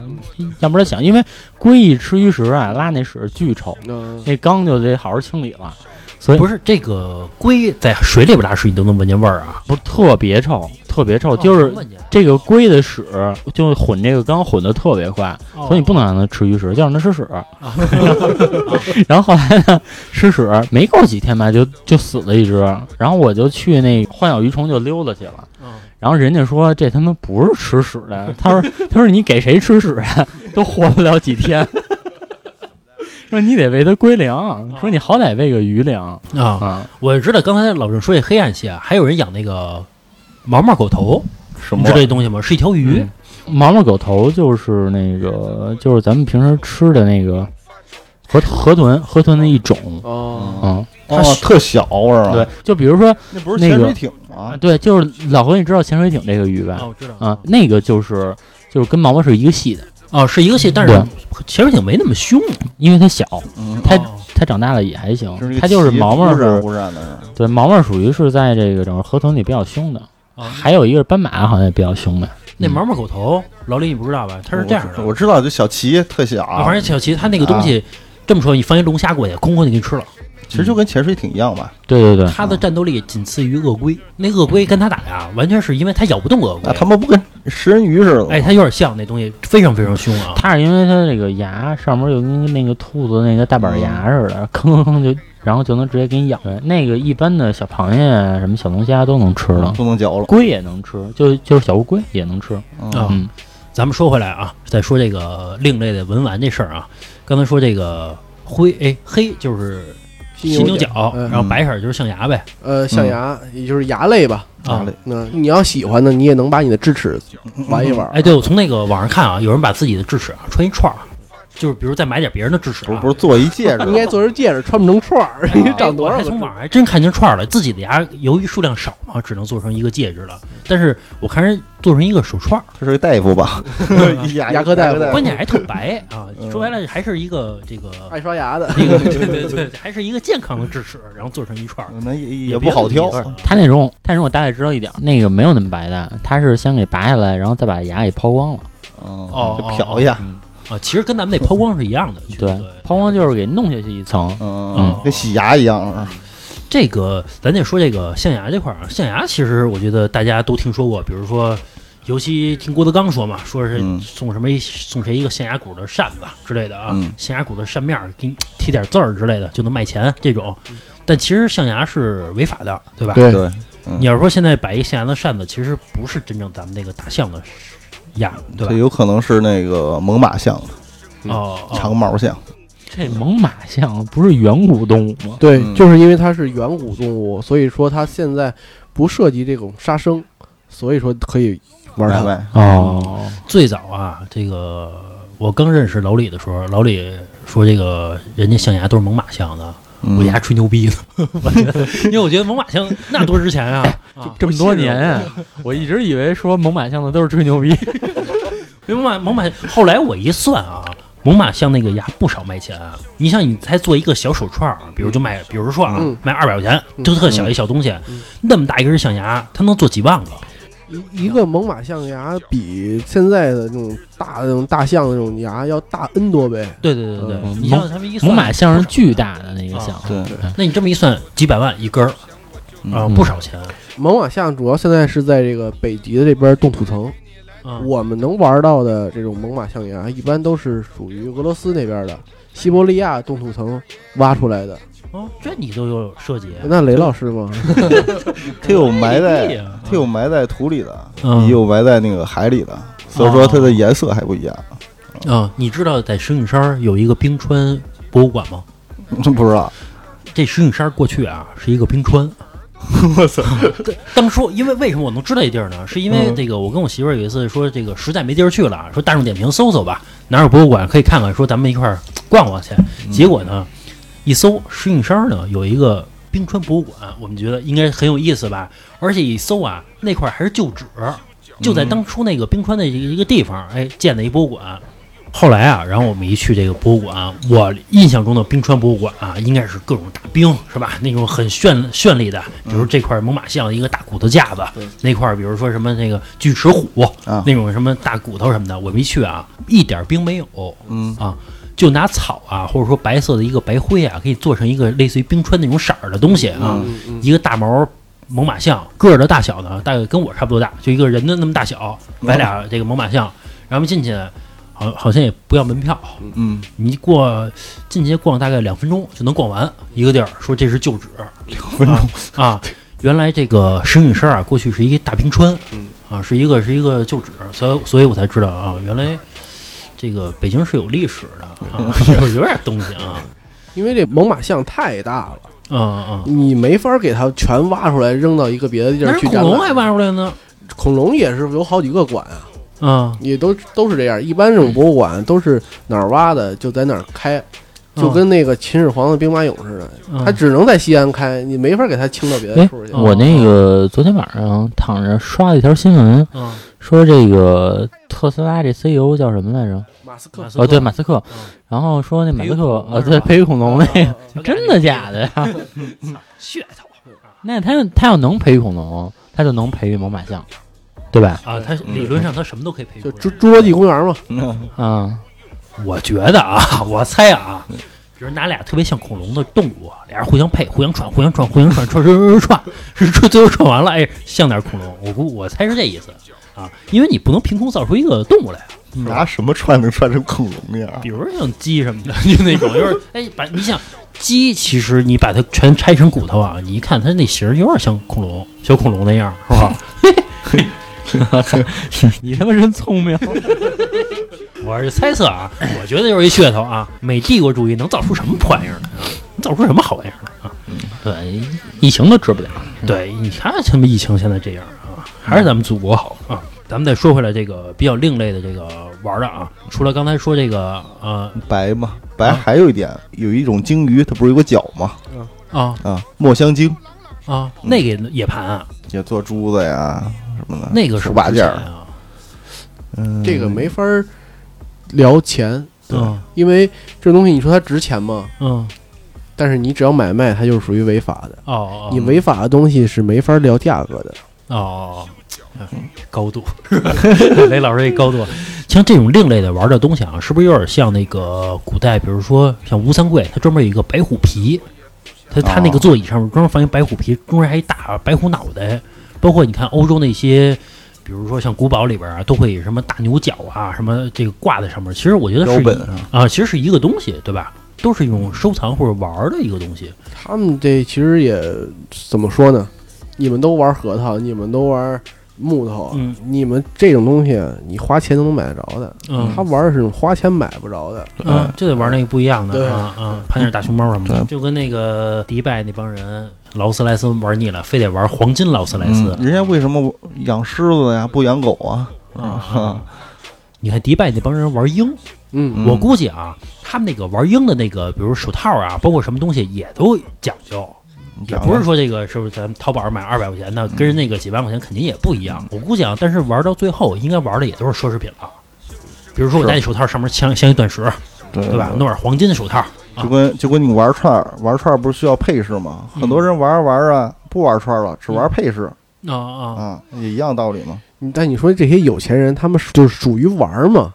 Speaker 8: 要不然想，因为龟一吃鱼食啊，拉那屎巨臭，
Speaker 7: 嗯，
Speaker 8: 那缸就得好好清理了，所以
Speaker 5: 不
Speaker 8: 是
Speaker 5: 是这个龟在水里边拉屎，你都能闻见味儿啊。
Speaker 8: 不是特别臭，特别
Speaker 5: 哦
Speaker 8: 臭，哦就是这个龟的屎就混这个缸混的特别快，所以你不能让它吃鱼食，就让它吃屎。 然后后来呢，吃屎没够几天吧，就就死了一只。然后我就去那幻小鱼虫就溜达去了。然后人家说这他妈不是吃屎的，他说他说你给谁吃屎啊， 都活不了几天。 说你得喂它龟粮，说你好歹喂个鱼粮
Speaker 5: 啊！
Speaker 8: 啊。
Speaker 5: 我知道刚才老郑说这黑暗系啊，还有人养那个毛毛狗头，
Speaker 6: 什
Speaker 5: 你
Speaker 6: 么
Speaker 5: 知道？这东西吗？是一条鱼
Speaker 8: 嗯毛毛狗头就是那个，就是咱们平时吃的那个河河豚，河豚的一种。
Speaker 7: 哦，
Speaker 8: 嗯，
Speaker 6: 哦，特小是吧？
Speaker 8: 对，，就比如说，
Speaker 6: 那不是
Speaker 8: 那
Speaker 6: 潜
Speaker 8: 个
Speaker 6: 水艇吗？
Speaker 8: 对，就是老何，你知道潜水艇这个鱼
Speaker 5: 啊，
Speaker 6: 嗯
Speaker 8: 吧？
Speaker 6: 哎
Speaker 5: 我知道
Speaker 8: 啊，那个就是就是跟毛毛是一个系的，
Speaker 5: 哦，是一个系，但是
Speaker 8: 对
Speaker 5: 潜水艇没那么凶，
Speaker 8: 因为它小，
Speaker 6: 嗯
Speaker 8: 它
Speaker 5: 哦
Speaker 8: 他长大了也还行
Speaker 6: 这，
Speaker 8: 他就是毛毛
Speaker 6: 不是
Speaker 8: 是，
Speaker 6: 不染的是，
Speaker 8: 对毛毛属于是在这个整个河豚里比较凶的，
Speaker 5: 哦
Speaker 8: 还有一个是斑马好像也比较凶的，
Speaker 5: 那毛毛狗头，老李你不知道吧？它是这样的，
Speaker 6: 我知啊道，就小鳍特小，
Speaker 5: 啊反正小齐它那个东西，这么说，你放一龙虾过去，空空就给你吃了。
Speaker 6: 其实就跟潜水艇一样
Speaker 5: 嗯
Speaker 6: 吧。
Speaker 8: 对对对，
Speaker 5: 它的战斗力仅次于鳄龟，那鳄龟跟它打呀，完全是因为它咬不动鳄
Speaker 6: 那
Speaker 5: 龟。
Speaker 6: 他们不跟食人鱼似的吗？
Speaker 5: 哎，它有点像那东西，非常非常凶啊。
Speaker 8: 它是因为它这个牙上面有跟那个兔子那个大板牙似的，吭吭吭就然后就能直接给你咬。对，那个一般的小螃蟹啊，什么小龙虾都能吃
Speaker 5: 嗯
Speaker 8: 了，
Speaker 6: 不能嚼了。
Speaker 8: 龟也能吃，就就是小乌龟也能吃。
Speaker 5: 啊
Speaker 8: 嗯，
Speaker 5: 咱们说回来啊，再说这个另类的文玩这事儿啊，刚才说这个灰哎黑就是犀牛角，
Speaker 7: 嗯
Speaker 5: 然后白色儿就是象牙呗。
Speaker 7: 呃，象牙，也就是牙类吧。
Speaker 5: 啊
Speaker 6: 类，
Speaker 7: 那你要喜欢的，你也能把你的智齿玩一玩。
Speaker 5: 哎，对，我从那个网上看啊，有人把自己的智齿啊穿一串儿，就是比如再买点别人的智齿、啊，哎
Speaker 6: 不是不是做一戒指
Speaker 7: 应该做成戒指，穿不成串儿。你 长多少
Speaker 5: 啊我还
Speaker 7: 个
Speaker 5: 从
Speaker 7: 痣
Speaker 5: 网？上还真看见串儿了，自己的牙由于数量少嘛，只能做成一个戒指了。但是我看人做成一个手串儿，
Speaker 6: 他是个大 夫吧？牙
Speaker 7: 牙科大夫
Speaker 5: 关键还特白啊！
Speaker 6: 嗯哎
Speaker 5: 说白了还是一个这个，
Speaker 7: 爱刷牙的，
Speaker 5: 这个对对对， 还是一个健康的智齿，然后做成一串儿，
Speaker 6: 那也也
Speaker 5: 也
Speaker 6: 不好挑嗯
Speaker 5: 别。的
Speaker 8: 它那种，它那种我大概知道一点儿，那个没有那么白的，它是先给拔下来，然后再把牙给抛光了。
Speaker 6: 嗯
Speaker 5: 哦
Speaker 6: 就瞟一下，
Speaker 5: 啊，其实跟咱们那抛光是一样的。其实
Speaker 8: 嗯对，抛光就是给弄下去一层。
Speaker 6: 嗯
Speaker 5: 嗯，
Speaker 6: 跟洗牙一样。
Speaker 5: 这个咱得说这个象牙这块儿啊，象牙其实我觉得大家都听说过，比如说。尤其听郭德纲说嘛，说是
Speaker 6: 嗯
Speaker 5: 送什么一送谁一个象牙骨的扇子之类的啊，
Speaker 6: 嗯
Speaker 5: 象牙骨的扇面儿给你贴点字儿之类的就能卖钱这种，但其实象牙是违法的，对吧？
Speaker 7: 对
Speaker 6: 对，
Speaker 5: 你要是说现在摆一象牙的扇子，其实不是真正咱们那个大象的牙，对吧
Speaker 6: 这？有可能是那个猛犸象、
Speaker 5: 哦，哦
Speaker 6: 长毛象。
Speaker 8: 这猛犸象不是远古动物吗？
Speaker 7: 对
Speaker 6: 嗯，
Speaker 7: 就是因为它是远古动物，所以说它现在不涉及这种杀生，所以说可以啊玩
Speaker 6: 明
Speaker 7: 它。
Speaker 6: 白？
Speaker 8: 哦，
Speaker 5: 最早啊，这个我刚认识老李的时候，老李说这个人家象牙都是猛犸象的，
Speaker 6: 嗯
Speaker 5: 我给他吹牛逼呢，我觉得 因为我觉得猛犸象那多值钱啊，啊
Speaker 8: 这么多年啊，我一直以为说猛犸象的都是吹牛逼。
Speaker 5: 因为猛犸猛犸，后来我一算啊，猛犸象那个牙不少卖钱。啊你像你才做一个小手串儿，比如就卖，比如说啊，
Speaker 7: 嗯
Speaker 5: 卖二百块钱，就特小一小东西，那么大一根象牙，它能做几万个？
Speaker 7: 一一个猛犸象牙比现在的那种大的那种大象的那种牙要大 N 多倍。
Speaker 5: 对对对对，
Speaker 8: 嗯
Speaker 5: 你像他们一
Speaker 8: 猛
Speaker 5: 算，
Speaker 8: 犸象是巨大的那个象，
Speaker 6: 嗯对，
Speaker 5: 那你这么一算，几百万一根儿啊、
Speaker 8: 嗯
Speaker 5: 不少钱。
Speaker 7: 猛犸象主要现在是在这个北极的这边冻土层，
Speaker 5: 啊
Speaker 7: 我们能玩到的这种猛犸象牙，一般都是属于俄罗斯那边的西伯利亚冻土层挖出来的。
Speaker 5: 哦，这你都有啊涉及，
Speaker 7: 那雷老师 吗？
Speaker 6: 它有埋
Speaker 5: 哎
Speaker 6: 在
Speaker 5: 呀
Speaker 6: 它有埋在土里的，啊
Speaker 5: 嗯
Speaker 6: 也有埋在那个海里的，所以说它的颜色还不一样。
Speaker 5: 啊！你知道在石景山有一个冰川博物馆吗？
Speaker 6: 真 不知道，
Speaker 5: 这石景山过去啊是一个冰川。
Speaker 6: 我操！嗯
Speaker 5: 当初因为为什么我能知道这地儿呢？是因为这个，我跟我媳妇儿有一次说，这个实在没地儿去了，说大众点评搜搜吧，哪有博物馆可以看看，说咱们一块儿逛逛去。
Speaker 6: 嗯
Speaker 5: 结果呢，一搜石景山呢有一个冰川博物馆，我们觉得应该很有意思吧。而且一搜啊，那块儿还是旧址，就
Speaker 6: 嗯
Speaker 5: 在当初那个冰川的一个一个地方，哎，建的一博物馆。后来啊，然后我们一去这个博物馆，啊我印象中的冰川博物馆啊，应该是各种大冰是吧？那种很绚绚丽的，
Speaker 6: 嗯
Speaker 5: 比如这块猛犸象一个大骨头架子，那块比如说什么那个巨齿虎、
Speaker 6: 啊
Speaker 5: 那种什么大骨头什么的，我们一去啊，一点冰没有，
Speaker 6: 嗯
Speaker 5: 啊，就拿草啊或者说白色的一个白灰啊，给你做成一个类似于冰川那种色儿的东西
Speaker 6: 嗯
Speaker 5: 啊，一个大毛猛犸象，个儿的大小呢，大概跟我差不多大，就一个人的那么大小，
Speaker 6: 嗯
Speaker 5: 摆俩这个猛犸象，然后进去，好好像也不要门票，
Speaker 6: 嗯，
Speaker 5: 你过进去逛大概两分钟就能逛完一个地儿，说这是旧址，两分钟啊。啊原来这个石景山啊，过去是一大冰川，啊，是一个是一个旧址，所以所以我才知道啊，原来这个北京是有历史的啊，有有点东西啊，
Speaker 7: 因为这猛犸象太大了，
Speaker 5: 嗯嗯嗯，
Speaker 7: 你没法给它全挖出来扔到一个别的地
Speaker 5: 但
Speaker 7: 儿
Speaker 5: 是
Speaker 7: 去
Speaker 5: 恐
Speaker 7: 展
Speaker 5: 龙还
Speaker 7: 览。
Speaker 5: 挖出来呢，
Speaker 7: 恐龙也是有好几个馆啊，
Speaker 5: 啊
Speaker 7: 也都都是这样。一般这种博物馆都是哪儿挖的就在哪儿开，
Speaker 5: 嗯
Speaker 7: 就跟那个秦始皇的兵马俑似的，他只能在西安开，你没法给他清到别的
Speaker 8: 哎
Speaker 7: 处去。
Speaker 8: 我那个昨天晚上躺着刷了一条新闻，
Speaker 5: 嗯，
Speaker 8: 说这个特斯拉这 CEO 叫什么来着？
Speaker 7: 马斯克
Speaker 5: 马斯克
Speaker 8: 哦，对，马斯克
Speaker 5: 嗯。
Speaker 8: 然后说那马斯
Speaker 5: 培育恐
Speaker 8: 克，
Speaker 5: 龙
Speaker 8: 呃，
Speaker 5: 是
Speaker 8: 对，
Speaker 5: 吧
Speaker 8: 培育恐龙那个，
Speaker 5: 嗯
Speaker 8: 真的假的呀？
Speaker 5: 噱头
Speaker 8: 那他要他要能培育恐龙，他就能培育猛犸象，对吧？
Speaker 5: 啊！他理论上他什么都可以培
Speaker 7: 就
Speaker 5: 育。
Speaker 7: 侏侏罗纪公园嘛，
Speaker 6: 嗯
Speaker 8: 嗯，
Speaker 5: 我觉得啊， 我猜啊，比如拿俩特别像恐龙的动物，啊俩人互相配，互相串，互相串，互相串，串串串串，是串最后串完了，哎，像点恐龙。我估我猜是这意思啊，因为你不能凭空造出一个动物来啊，
Speaker 6: 拿什么串能串成恐龙样？
Speaker 5: 比如像鸡什么的， 就那种就是哎，把你想鸡，其实你把它全拆成骨头啊，你一看它那形儿有点像恐龙，小恐龙那样，是吧？
Speaker 8: 你他妈真聪明。
Speaker 5: 我是猜测啊，我觉得就是一噱头啊。美帝国主义能造出什么破玩意儿来啊？能造出什么好玩意儿来啊？
Speaker 8: 对，疫情都治不了。
Speaker 5: 对，你看他们疫情现在这样啊，还是咱们祖国好啊。咱们再说回来，这个比较另类的这个玩儿的啊，除了刚才说这个呃
Speaker 6: 白嘛，白还有一点，有一种鲸鱼，它不是有个角吗？
Speaker 5: 啊
Speaker 6: 啊，墨香鲸
Speaker 5: 啊，那个也盘啊，
Speaker 6: 也做珠子呀什么的。
Speaker 5: 那个是
Speaker 6: 手把
Speaker 5: 不
Speaker 6: 件
Speaker 5: 是
Speaker 6: 儿
Speaker 5: 啊，
Speaker 6: 嗯，
Speaker 7: 这个没法儿聊钱，
Speaker 6: 对
Speaker 5: 嗯
Speaker 7: 因为这东西你说它值钱吗？
Speaker 5: 嗯
Speaker 7: 但是你只要买卖，它就是属于违法的。
Speaker 5: 哦哦，
Speaker 7: 你违法的东西是没法聊价格的。
Speaker 5: 哦，高 度，雷老师这高度，像这种另类的玩的东西啊，是不是有点像那个古代，比如说像吴三桂，他专门有一个白虎皮，他他那个座椅上面专门放一白虎皮，中间还一大白虎脑袋，包括你看欧洲那些。比如说像古堡里边啊，都会有什么大牛角啊，什么这个挂在上面。其实我觉得
Speaker 6: 标
Speaker 5: 是
Speaker 6: 本
Speaker 5: 一
Speaker 6: 上
Speaker 5: 啊，其实是一个东西，对吧？都是一种收藏或者玩儿的一个东西。
Speaker 7: 他们这其实也怎么说呢？你们都玩核桃，你们都玩木头，
Speaker 5: 嗯
Speaker 7: 你们这种东西，你花钱都能买得着的。
Speaker 5: 嗯
Speaker 7: 他玩的是那种花钱买不着的。
Speaker 5: 嗯，就得玩那个不一样
Speaker 7: 对
Speaker 5: 的啊啊，攀点大熊猫什么的，
Speaker 6: 对
Speaker 5: 就跟那个迪拜那帮人劳斯莱斯玩腻了，非得玩黄金劳斯莱斯
Speaker 6: 嗯。人家为什么养狮子呀，不养狗啊？
Speaker 5: 啊，你看迪拜那帮人玩鹰，
Speaker 7: 嗯，
Speaker 5: 我估计啊，他们那个玩鹰的那个，比如手套啊，包括什么东西也都讲究。也不是说这个是不是咱们淘宝上买二百块钱的，跟人那个几万块钱肯定也不一样。我估计啊，但是玩到最后，应该玩的也都是奢侈品了。比如说我戴那手套上面镶镶一钻石，
Speaker 6: 对
Speaker 5: 对吧？弄啊点黄金的手套，
Speaker 6: 就跟就跟你玩串儿，玩串儿不是需要配饰吗？
Speaker 5: 嗯
Speaker 6: 很多人玩着玩着啊，不玩串儿了，只玩配饰
Speaker 5: 啊啊
Speaker 6: 啊，也一样道理嘛。
Speaker 7: 你嗯但你说这些有钱人，他们就是属于玩嘛，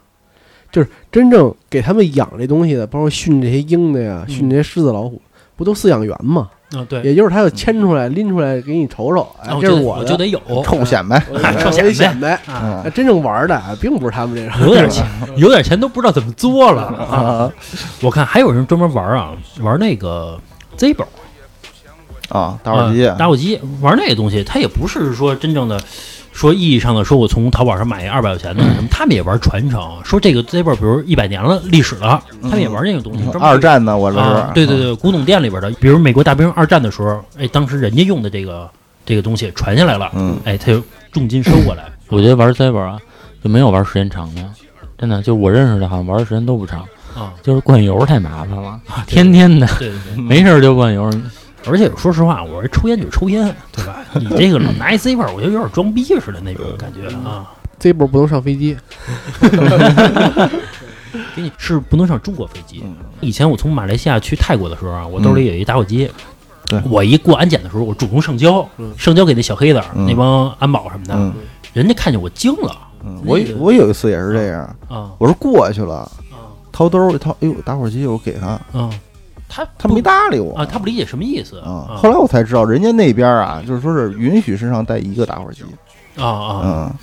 Speaker 7: 就是真正给他们养这东西的，包括训这些鹰的呀，训这些狮子、老虎，不都饲养员嘛？
Speaker 5: 啊！嗯对，
Speaker 7: 也就是他要牵出来、拎出来给你瞅瞅，哎
Speaker 5: 啊，，
Speaker 7: 这是
Speaker 5: 我
Speaker 7: 的，
Speaker 5: 就得有，
Speaker 6: 臭显摆，
Speaker 7: 我得
Speaker 5: 臭 显摆
Speaker 7: 我得显摆。
Speaker 6: 嗯
Speaker 7: 哎真正玩的啊并不是他们这种，
Speaker 5: 有 点钱，有点钱都不知道怎么作了啊！
Speaker 6: 啊
Speaker 5: 我看还有人专门玩啊，玩那个 Zebra
Speaker 6: 啊，打火机
Speaker 5: 啊打火机，玩那个东西，他也不是说真正的说意义上的说我从淘宝上买二百块钱的什么，他们也玩传承，说这个 Zebra 比如一百年了历史了，他们也玩那个东西，专门
Speaker 6: 嗯二。战呢，我这
Speaker 5: 啊
Speaker 6: 是，嗯
Speaker 5: 对对对，古董店里边的，比如美国大兵二战的时候，哎，当时人家用的这个这个东西传下来了，
Speaker 6: 嗯
Speaker 5: 哎，他就重金收过来，
Speaker 8: 我觉得玩 Cyber 啊，就没有玩时间长的，真的，就我认识的，好像玩的时间都不长
Speaker 5: 啊
Speaker 8: 就是灌油太麻烦了，
Speaker 5: 对
Speaker 8: 天天 的，
Speaker 5: 对对对。
Speaker 8: 没事儿就灌油。
Speaker 5: 而且说实话，我这抽烟就抽烟，对吧？你这个老拿一 C 块，我觉得有点装逼似的那种感觉啊。
Speaker 7: 这波不能上飞机。
Speaker 5: 给你是不能上中国飞机
Speaker 6: 嗯。
Speaker 5: 以前我从马来西亚去泰国的时候啊，我兜里有一打火机。
Speaker 6: 对
Speaker 5: 我一过安检的时候，我主动上交，上交给那小黑子儿、
Speaker 6: 嗯
Speaker 5: 那帮安保什么的，
Speaker 6: 嗯
Speaker 5: 人家看见我惊了
Speaker 6: 嗯，我
Speaker 5: 那个
Speaker 6: 我有一次也是这样，
Speaker 5: 啊
Speaker 6: 我是过去了
Speaker 5: 啊，
Speaker 6: 掏兜儿一掏，哎呦，打火机我给他，
Speaker 5: 啊！他
Speaker 6: 他
Speaker 5: 不
Speaker 6: 没搭理我
Speaker 5: 啊，他不理解什么意思
Speaker 6: 啊。
Speaker 5: 啊
Speaker 6: 后来我才知道，人家那边啊，就是说是允许身上带一个打火机，
Speaker 5: 啊啊！
Speaker 6: 嗯，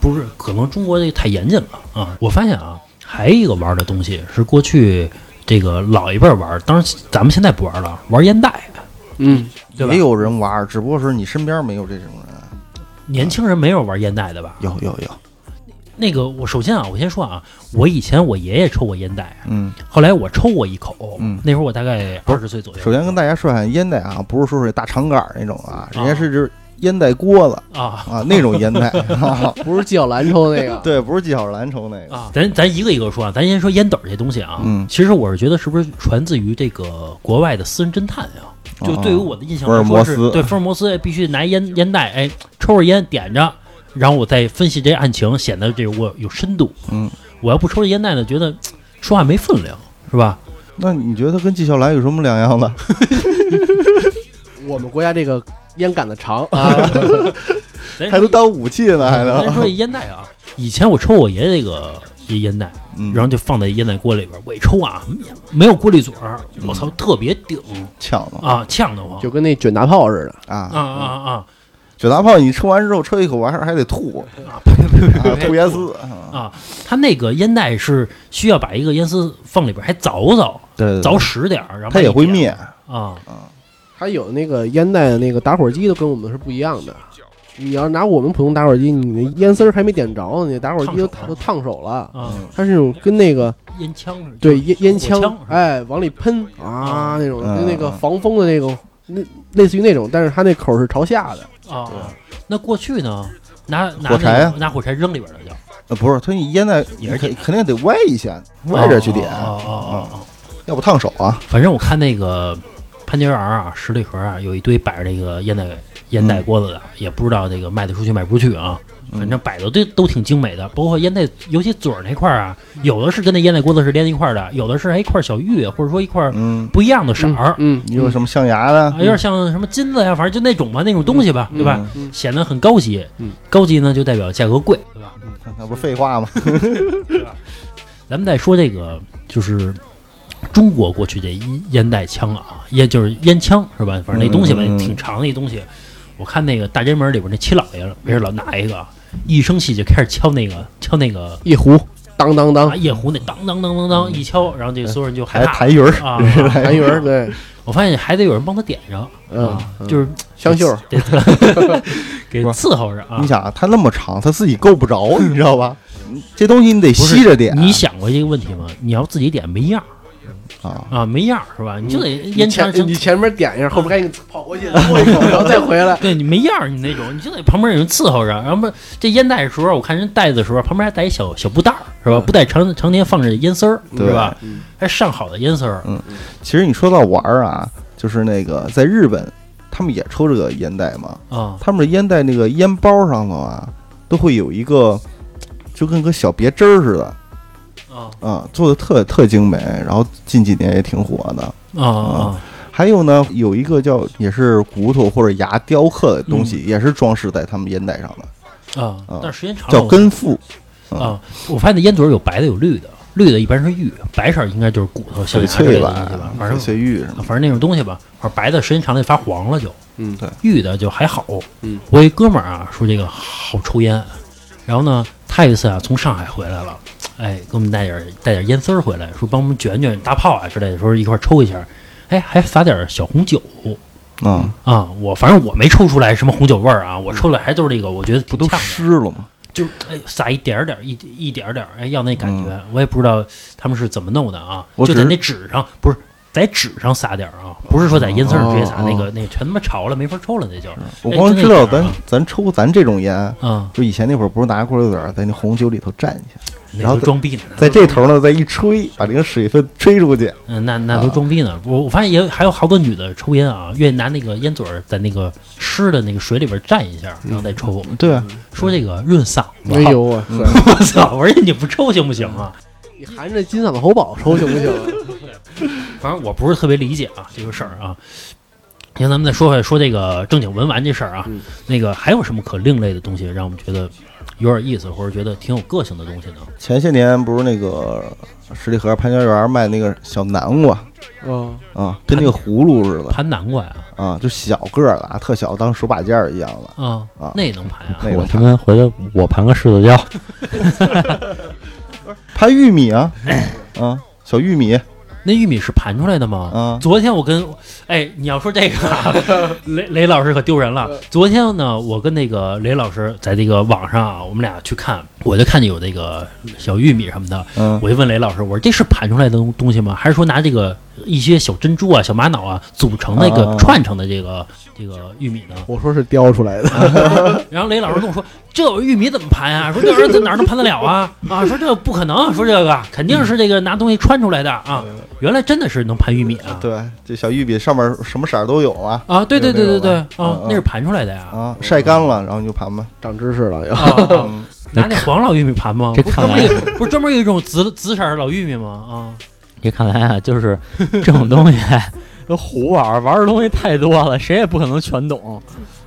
Speaker 5: 不是，可能中国这个太严谨了啊！我发现啊，还有一个玩的东西是过去这个老一辈儿玩儿，当然咱们现在不玩了，玩烟袋。
Speaker 7: 嗯，
Speaker 5: 对吧
Speaker 6: 也有人玩儿，只不过是你身边没有这种人。
Speaker 5: 年轻人没有玩烟袋的吧？
Speaker 6: 有有有，
Speaker 5: 那个，我首先啊，我先说啊，我以前我爷爷抽过烟袋，
Speaker 6: 嗯，
Speaker 5: 后来我抽过一口，
Speaker 6: 嗯
Speaker 5: 那会儿我大概二十岁左右。
Speaker 6: 首先跟大家说一下，烟袋啊，不是说是大长杆儿那种啊，人家是就是烟袋锅子
Speaker 5: 啊
Speaker 6: 啊，那 种烟袋，啊
Speaker 7: 不是纪晓岚抽那 个，
Speaker 6: 对，不是纪晓岚抽那个，
Speaker 5: 啊，咱咱一个一个说啊，咱先说烟斗这东西啊，
Speaker 6: 嗯
Speaker 5: 其实我是觉得是不是传自于这个国外的私人侦探啊？就对于我的印象
Speaker 6: 哦福尔
Speaker 5: 来说
Speaker 6: 摩
Speaker 5: 是，
Speaker 6: 斯
Speaker 5: 对福尔摩斯哎必须拿烟烟袋，哎，抽着烟点着，然后我再分析这案情，显得这我有深度。
Speaker 6: 嗯，
Speaker 5: 我要不抽着烟袋呢，觉得嘖说话没分量，是吧？
Speaker 6: 那你觉得跟纪晓岚有什么两样的？
Speaker 7: 我们国家这个烟杆子长啊，
Speaker 5: 咱
Speaker 6: 还能当武器呢，还
Speaker 5: 咱哎说
Speaker 6: 能
Speaker 5: 这烟袋啊，以前我抽我爷爷这个这烟袋，
Speaker 6: 嗯
Speaker 5: 然后就放在烟袋锅里边，我一抽啊，没有过滤嘴儿，我操，特别顶
Speaker 6: 抢了
Speaker 5: 啊，呛得慌
Speaker 7: 就跟那卷大炮似的，
Speaker 5: 啊
Speaker 6: 啊！
Speaker 5: 啊啊
Speaker 6: 九大炮，你抽完之后抽一口，完事儿还得吐，
Speaker 5: 啊！呸呸呸
Speaker 6: 啊
Speaker 5: 呸呸！
Speaker 6: 吐烟丝啊！
Speaker 5: 啊，他那个烟袋是需要把一个烟丝放里边，还凿凿
Speaker 6: 对对对
Speaker 5: 凿实点儿，然后
Speaker 6: 它也会
Speaker 5: 把你
Speaker 6: 灭，
Speaker 5: 点啊。
Speaker 7: 还有那个烟袋的那个打火机都跟我们是不一样的。你要拿我们普通打火机，你那烟丝儿还没点着呢，你打火机都
Speaker 5: 烫手了
Speaker 7: 都烫手了。
Speaker 5: 啊，
Speaker 7: 它是那种跟那个
Speaker 5: 烟枪似的
Speaker 7: 对烟烟
Speaker 5: 火
Speaker 7: 枪
Speaker 5: 枪，是吧
Speaker 7: 哎，往里喷啊那种，
Speaker 6: 嗯
Speaker 7: 就那个防风的那种，那类似于那种，但是它那口是朝下的。
Speaker 5: 啊。那过去呢，拿拿
Speaker 6: 火柴
Speaker 5: 那
Speaker 6: 啊
Speaker 5: 个拿火柴扔里边了就，
Speaker 6: 呃，不是，它你烟袋你
Speaker 5: 也是
Speaker 6: 肯肯定得歪一下，歪着去点，嗯
Speaker 5: 哦哦哦哦。
Speaker 6: 要不烫手啊！
Speaker 5: 反正我看那个潘家园啊，十里河啊，有一堆摆着那个烟袋烟袋锅
Speaker 7: 嗯
Speaker 5: 子的，也不知道这个卖得出去卖不出去啊。反正摆的都都挺精美的，包括烟袋，尤其嘴儿那块儿啊，有的是跟那烟袋锅子是连一块儿的，有的是还一块儿小玉，或者说一块儿
Speaker 6: 嗯
Speaker 5: 不一样的色儿，
Speaker 7: 嗯，
Speaker 6: 你有什么象牙的
Speaker 5: 啊，有点像什么金子呀，反正就那种吧，那种东西吧，对吧？
Speaker 7: 嗯
Speaker 5: 显得很高级，
Speaker 7: 嗯
Speaker 5: 高级呢就代表价格贵，对吧？
Speaker 6: 嗯那不是废话吗？
Speaker 5: 咱们再说这个，就是中国过去这烟烟袋枪啊，烟就是烟枪是吧？反正那东西吧，
Speaker 6: 嗯嗯嗯
Speaker 5: 挺长的一东西。我看那个大宅门里边那七老爷了，没事老拿一个，一生气就开始敲那个敲那个
Speaker 7: 一壶，当当
Speaker 5: 啊
Speaker 7: 当，
Speaker 5: 夜壶那当当当当当一敲，然后这所有人就害
Speaker 6: 哦还
Speaker 5: 怕
Speaker 6: 痰盂儿，
Speaker 5: 啊。
Speaker 7: 韩云儿对，
Speaker 5: 我发现还得有人帮他点上，
Speaker 7: 嗯
Speaker 5: 啊，就是
Speaker 7: 香袖儿，
Speaker 5: 得 给伺候着啊
Speaker 6: 你。想啊，它那么长，它自己够不着，你知道吧？这东西你得
Speaker 5: 不是
Speaker 6: 吸着点，
Speaker 5: 你想过这个问题吗？你要自己点没样儿
Speaker 6: 啊，
Speaker 5: 啊，没样儿是吧？你就
Speaker 6: 嗯
Speaker 5: 得
Speaker 7: 你
Speaker 5: 烟枪嗯
Speaker 7: 前你前面点一下，后边赶紧跑过去嘬一口，然后再回来。
Speaker 5: 对你没样儿，你那种你就得旁边有人伺候着。然后不这烟袋的时候，我看人袋子的时候，旁边还带一小小布袋儿，是吧？布袋常常年放着烟丝儿，
Speaker 6: 嗯对
Speaker 5: 是吧？还上好的烟丝儿，
Speaker 6: 其实你说到玩儿啊，就是那个在日本，他们也抽这个烟袋嘛，
Speaker 5: 啊
Speaker 6: 他们的烟袋那个烟包上头啊，都会有一个，就跟个小别针儿似的
Speaker 5: 啊
Speaker 6: 啊，做的特特精美，然后近几年也挺火的。
Speaker 5: 啊啊！
Speaker 6: 还有呢，有一个叫也是骨头或者牙雕刻的东西，
Speaker 5: 嗯
Speaker 6: 也是装饰在他们烟袋上的，
Speaker 5: 啊
Speaker 6: 啊！
Speaker 5: 但时间长了
Speaker 6: 叫根腹。
Speaker 5: 啊，我发现那烟嘴儿有白的有绿的，绿的一般是玉，白色儿应该就是骨头、小牙
Speaker 6: 翡
Speaker 5: 之类
Speaker 6: 翠
Speaker 5: 的东西吧
Speaker 6: 吧，，
Speaker 5: 反
Speaker 6: 翡
Speaker 5: 正
Speaker 6: 翠玉什么
Speaker 5: 啊反正那种东西吧，反正白的时间长了就发黄了就，
Speaker 7: 嗯
Speaker 6: 对
Speaker 5: 玉的就还好。
Speaker 7: 嗯，
Speaker 5: 我一哥们儿啊说这个好抽烟，然后呢，他有一次啊从上海回来了，哎，给我们带点儿带点儿烟丝儿回来，说帮我们卷卷大炮啊之类的，说一块儿抽一下，哎，还撒点儿小红酒。
Speaker 6: 的啊，
Speaker 5: 啊、我反正我没抽出来什么红酒味儿啊，我抽出来还都是这个，我觉得
Speaker 6: 不
Speaker 5: 不
Speaker 6: 都湿了吗？
Speaker 5: 就哎撒一点儿点儿，一一点儿点儿，哎要那感觉，我也不知道他们是怎么弄的啊，
Speaker 6: 嗯我
Speaker 5: 就
Speaker 6: 只
Speaker 5: 在
Speaker 6: 是
Speaker 5: 那纸上，不是在纸上撒点儿啊，不是说在烟丝上直接撒
Speaker 6: 哦嗯
Speaker 5: 那个，那全他妈潮了，没法抽了，那就。
Speaker 6: 我
Speaker 5: 哎
Speaker 6: 光知道
Speaker 5: 真那
Speaker 6: 咱
Speaker 5: 纸啊
Speaker 6: 咱抽咱这种烟，
Speaker 5: 啊，
Speaker 6: 就以前那会儿不是拿过滤嘴儿在那红酒里头蘸一下，
Speaker 5: 那
Speaker 6: 嗯然后
Speaker 5: 都装逼呢，
Speaker 6: 在这头呢再一吹，把这个水分吹出去。
Speaker 5: 嗯，那那都装逼呢。我我发现也有还有好多女的抽烟啊，愿意拿那个烟嘴儿在那个湿的那个水里边蘸一下，然后再抽。
Speaker 6: 对啊，
Speaker 5: 说这个润嗓子，
Speaker 7: 哎呦我
Speaker 5: 我操！我说你不抽行不行啊？
Speaker 7: 你含着金嗓子喉宝抽行啊不行？
Speaker 5: 反正我不是特别理解啊这个事儿啊。行，咱们再说回来说这个正经文玩这事儿啊，那个还有什么可另类的东西让我们觉得有点意思，或者觉得挺有个性的东西呢？
Speaker 6: 前些年不是那个十里河潘家园卖那个小南瓜
Speaker 7: 嗯，
Speaker 6: 啊，跟那个葫芦似的
Speaker 5: 盘南瓜呀，
Speaker 6: 啊，就小个儿的啊，特小，当手把件儿一样的。
Speaker 5: 啊，
Speaker 6: 啊
Speaker 5: 那也能盘啊
Speaker 6: 那
Speaker 8: 我
Speaker 6: 个
Speaker 8: 他妈回头我盘个柿子椒，
Speaker 6: 盘玉米啊，啊，小玉米
Speaker 5: 那玉米是盘出来的吗？
Speaker 6: 啊
Speaker 5: 昨天我跟哎，你要说这个啊，雷雷老师可丢人了。昨天呢，我跟那个雷老师在这个网上啊，我们俩去看，我就看见有那个小玉米什么的，
Speaker 6: 嗯
Speaker 5: 我就问雷老师，我说这是盘出来的东东西吗？还是说拿这个一些小珍珠啊、小玛瑙啊组成那个
Speaker 6: 啊
Speaker 5: 串成的这个这个玉米呢？
Speaker 7: 我说是雕出来的，
Speaker 5: 然后雷老师跟我说：“这有玉米怎么盘啊？说这玩意儿在哪儿能盘得了啊？啊，说这不可能，说这个肯定是这个拿东西穿出来的啊。原来真的是能盘玉米啊！
Speaker 6: 对，这小玉米上面什么色儿都有啊
Speaker 5: 啊，对对对对对啊
Speaker 6: 嗯，
Speaker 5: 那是盘出来的呀。
Speaker 6: 啊，晒干了然后你就盘吧。
Speaker 7: 长知识了又。
Speaker 5: 啊啊啊
Speaker 6: 嗯，
Speaker 5: 拿那黄老玉米盘吗？
Speaker 8: 这
Speaker 5: 不是
Speaker 8: 看
Speaker 5: 专
Speaker 8: 来
Speaker 5: 门有不是专门有一种紫紫色儿的老玉米吗？啊
Speaker 8: 也看来啊，就是这种 东西，胡玩儿玩儿的东西太多了，谁也不可能全
Speaker 5: 啊，
Speaker 8: 懂。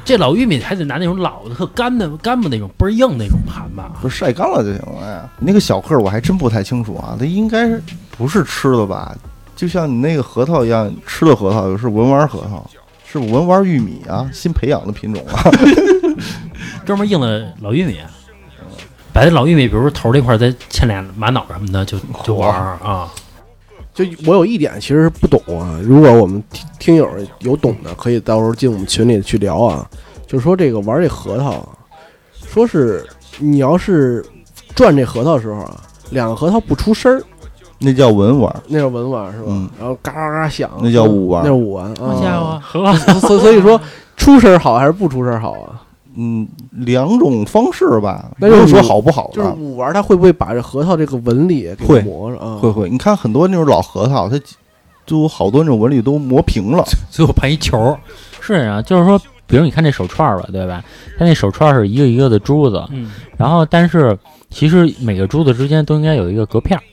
Speaker 5: 这老玉米还得拿那种老的特干的干巴那种倍儿硬那种盘吧？
Speaker 6: 不是晒干了就行了呀。那个小个儿我还真不太清楚啊，它应该是不是吃的吧？就像你那个核桃一样，吃的核桃是文玩核桃，是文玩玉米啊，新培养的品种啊。
Speaker 5: 专门硬的老玉米，把那老玉米，比如说头儿这块儿再嵌俩玛瑙什么的，就就玩儿啊。”
Speaker 7: 就我有一点其实是不懂啊，如果我们听听友有懂的，可以到时候进我们群里去聊啊。就是说这个玩这核桃啊，说是你要是转这核桃的时候啊，两个核桃不出声儿，
Speaker 6: 那叫文玩，
Speaker 7: 那叫文玩是吧？
Speaker 6: 嗯
Speaker 7: 然后嘎嘎嘎响，嗯
Speaker 6: 那叫武玩
Speaker 7: 那叫武玩
Speaker 5: 好
Speaker 7: 啊。
Speaker 5: 家伙，
Speaker 8: 呵，
Speaker 7: 所以所以说出声儿好还是不出声儿好啊？
Speaker 6: 嗯，两种方式吧，嗯
Speaker 7: 那
Speaker 6: 不
Speaker 7: 就是是
Speaker 6: 说好不好
Speaker 7: 就是
Speaker 6: 了。
Speaker 7: 武玩它会不会把这核桃这个纹理给
Speaker 6: 会
Speaker 7: 磨上啊？
Speaker 6: 会会，你看很多那种老核桃，它都好多那种纹理都磨平了，
Speaker 5: 最后盘一球儿，
Speaker 8: 是啊，就是说，比如你看这手串儿吧，对吧？它那手串儿是一个一个的珠子，
Speaker 5: 嗯，
Speaker 8: 然后但是其实每个珠子之间都应该有一个隔片儿，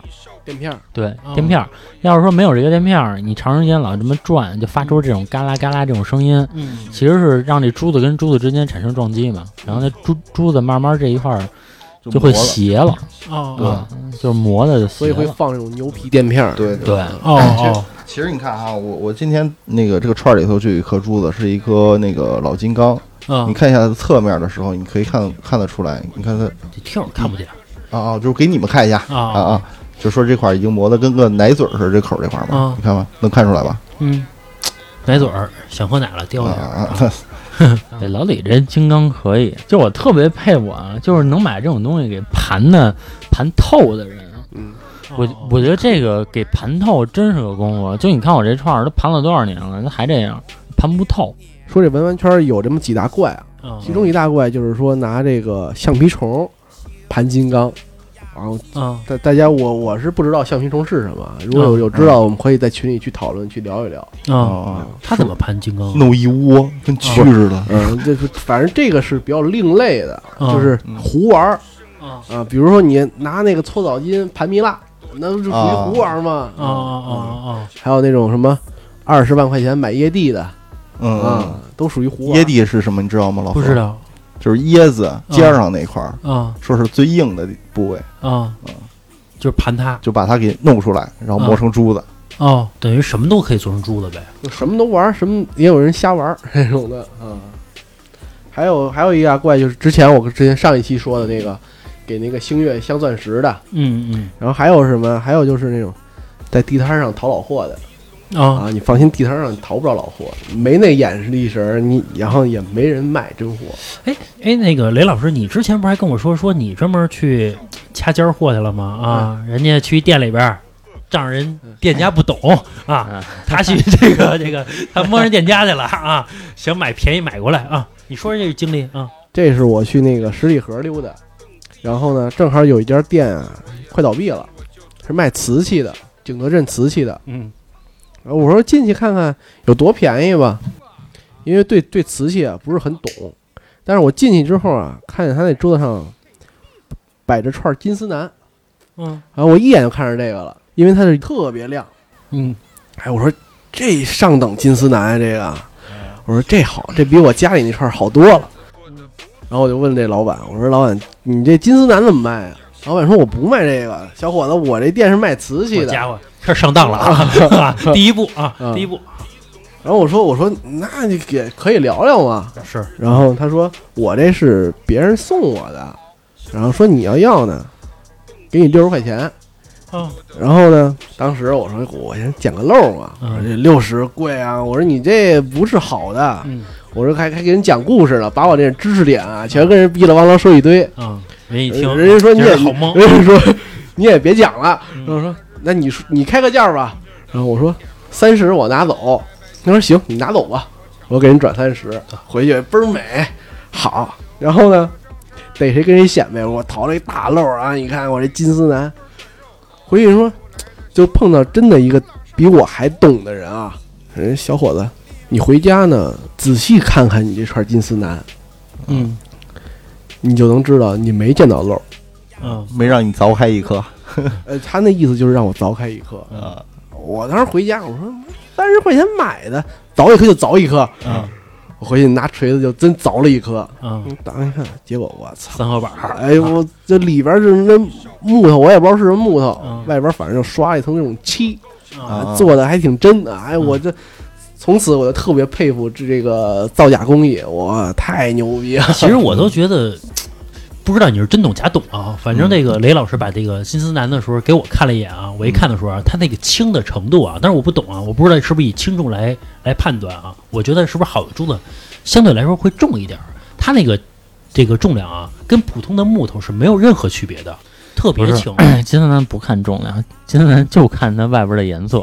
Speaker 7: 垫片儿，
Speaker 8: 对，
Speaker 6: 嗯
Speaker 8: 垫片儿。要是说没有这个垫片儿，你长时间老这么转，就发出这种嘎啦嘎啦这种声音，
Speaker 5: 嗯，
Speaker 8: 其实是让这珠子跟珠子之间产生撞击嘛，然后那珠珠子慢慢这一块儿就
Speaker 6: 磨
Speaker 8: 会
Speaker 6: 了。嗯
Speaker 8: 斜了，
Speaker 5: 哦
Speaker 8: 对，就是磨的就斜
Speaker 7: 所以会
Speaker 8: 了。
Speaker 7: 放这种牛皮垫片儿。
Speaker 6: 对
Speaker 8: 对，
Speaker 5: 哦哦，
Speaker 6: 其实你看哈，我我今天那个这个串儿里头就有一颗珠子，是一颗那个老金刚。你
Speaker 5: 嗯，
Speaker 6: 看一下它的侧面的时候，你可以看看得出来，你看它
Speaker 5: 这听友看不见
Speaker 6: 啊啊，就是给你们看一下啊
Speaker 5: 啊，
Speaker 6: 啊，就说这块儿已经磨得跟个奶嘴儿似的，这口儿这块儿嘛
Speaker 5: 啊，
Speaker 6: 你看吧，能看出来吧？
Speaker 5: 嗯，奶嘴儿想喝奶了，掉
Speaker 6: 啊
Speaker 5: 下
Speaker 6: 啊
Speaker 5: 来，
Speaker 6: 啊，
Speaker 8: 对，老李这金刚可以，就我特别佩服啊，就是能把这种东西给盘的盘透的人。啊
Speaker 7: 嗯，
Speaker 8: 我我觉得这个给盘透真是个功夫。就你看我这串儿都盘了多少年了，它还这样盘不透。
Speaker 7: 说这文玩圈儿有这么几大怪啊，
Speaker 5: 嗯
Speaker 7: 其中一大怪就是说拿这个橡皮虫盘金刚，然后
Speaker 5: 嗯
Speaker 7: 大大家我我是不知道橡皮虫是什么啊，如果有有知道，我们可以在群里去讨论去聊一聊。
Speaker 6: 啊
Speaker 5: 嗯，
Speaker 6: 啊，
Speaker 5: 他怎么盘金刚？啊
Speaker 6: 弄一窝跟蛆似的，
Speaker 7: 嗯，就是反正这个是比较另类的，
Speaker 5: 嗯
Speaker 7: 就是胡玩儿
Speaker 5: 啊
Speaker 7: 啊，比如说你拿那个搓澡巾盘蜜蜡，那就属于
Speaker 6: 啊
Speaker 7: 胡玩儿嘛。
Speaker 5: 啊啊啊！
Speaker 7: 还有那种什么二十万块钱买椰地的
Speaker 6: 嗯
Speaker 7: 啊，都属于胡玩儿。
Speaker 6: 椰地是什么？你知道吗？老何
Speaker 5: 不知，道
Speaker 6: 就是椰子
Speaker 7: 嗯
Speaker 6: 尖上那块儿，
Speaker 5: 啊
Speaker 6: 说是最硬的部位，
Speaker 5: 啊，就是盘它
Speaker 6: 就把它给弄出来，然后磨成珠子。
Speaker 5: 哦，等于什么都可以做成珠子呗。
Speaker 7: 就什么都玩儿，什么也有人瞎玩儿 那种的啊。还有还有一大怪就是之前我之前上一期说的那个，给那个星月镶钻石的，
Speaker 5: 嗯
Speaker 7: 然后还有什么？还有就是那种在地摊上淘老货的
Speaker 5: 嗯啊，
Speaker 7: 啊，你放心，地摊上淘不着老货，没那眼力神儿，你然后也没人卖真货。
Speaker 5: 哎哎，那个雷老师，你之前不是还跟我说说你专门去掐尖儿货去了吗？啊，人家去店里边儿。让人店家不懂啊
Speaker 8: 嗯，
Speaker 5: 他去这个这个，他摸人店家去了啊，想买便宜买过来啊。你说这个经历啊，
Speaker 7: 这是我去那个十里河溜达，然后呢，正好有一家店啊快倒闭了，是卖瓷器的，景德镇瓷器的。
Speaker 5: 嗯
Speaker 7: 然后我说进去看看有多便宜吧，因为对对瓷器啊不是很懂。但是我进去之后啊，看见他那桌子上摆着串金丝楠，
Speaker 5: 嗯
Speaker 7: 然后我一眼就看上这个了，因为它是特别亮。
Speaker 5: 嗯，
Speaker 7: 哎，我说这上等金丝楠啊，这个，我说这好，这比我家里那串好多了。然后我就问这老板，我说老板，你这金丝楠怎么卖啊？老板说我不卖这个，小伙子，我这店是卖瓷器
Speaker 5: 好
Speaker 7: 的。
Speaker 5: 家伙，这上当了啊！第一步啊，
Speaker 7: 嗯
Speaker 5: 第一步
Speaker 7: 然后我说我说那你也可以聊聊嘛，
Speaker 5: 是
Speaker 7: 然后他说我这是别人送我的，然后说你要要呢，给你六十块钱。
Speaker 5: 啊，
Speaker 7: 然后呢，当时我说我先捡个漏嘛，我
Speaker 5: 嗯
Speaker 7: 说这六十贵啊，我说你这不是好的，
Speaker 5: 嗯
Speaker 7: 我说还还给人讲故事呢，把我这知识点啊全跟人逼了汪啷说一堆。
Speaker 5: 啊，人一听，
Speaker 7: 人家说你
Speaker 5: 今
Speaker 7: 也
Speaker 5: 儿好嗯蒙，
Speaker 7: 人家说你也别讲了。然后我说那你说你开个价吧。然后我说三十我拿走。他说行，你拿走吧，我给人转三十，回去倍儿美，好。然后呢，逮谁跟谁显摆，我淘了一大漏啊！你看我这金丝楠，回去说就碰到真的一个比我还懂的人啊，人小伙子，你回家呢仔细看看你这串金丝楠，
Speaker 5: 嗯
Speaker 7: 你就能知道你没见到漏。
Speaker 5: 嗯，
Speaker 6: 没让你凿开一颗
Speaker 7: 呃，他那意思就是让我凿开一颗。
Speaker 6: 啊，
Speaker 7: 我当时回家，我说三十块钱买的，凿一颗就凿一颗。
Speaker 5: 嗯，
Speaker 7: 我回去拿锤子就真凿了一颗。
Speaker 5: 嗯，
Speaker 7: 打开一看，结果我操！
Speaker 5: 三合板儿，啊
Speaker 7: 哎呦，我这里边是那木头，我也不知道是什么木头，
Speaker 5: 嗯
Speaker 7: 外边反正就刷一层那种漆，
Speaker 6: 啊
Speaker 7: 做的还挺真的。哎，我这从此我就特别佩服这这个造假工艺，我太牛逼了。
Speaker 5: 其实我都觉得，不知道你是真懂假懂啊。反正那个
Speaker 8: 嗯
Speaker 5: 雷老师把这个金丝楠的时候给我看了一眼啊，我一看的时候
Speaker 8: 嗯
Speaker 5: 啊，它那个轻的程度啊，但是我不懂啊，我不知道是不是以轻重来来判断啊。我觉得是不是好的珠子相对来说会重一点儿，它那个这个重量啊，跟普通的木头是没有任何区别的，特别
Speaker 8: 不是嗯
Speaker 5: 轻。
Speaker 8: 金丝楠不看重量，金丝楠就看它外边的颜色。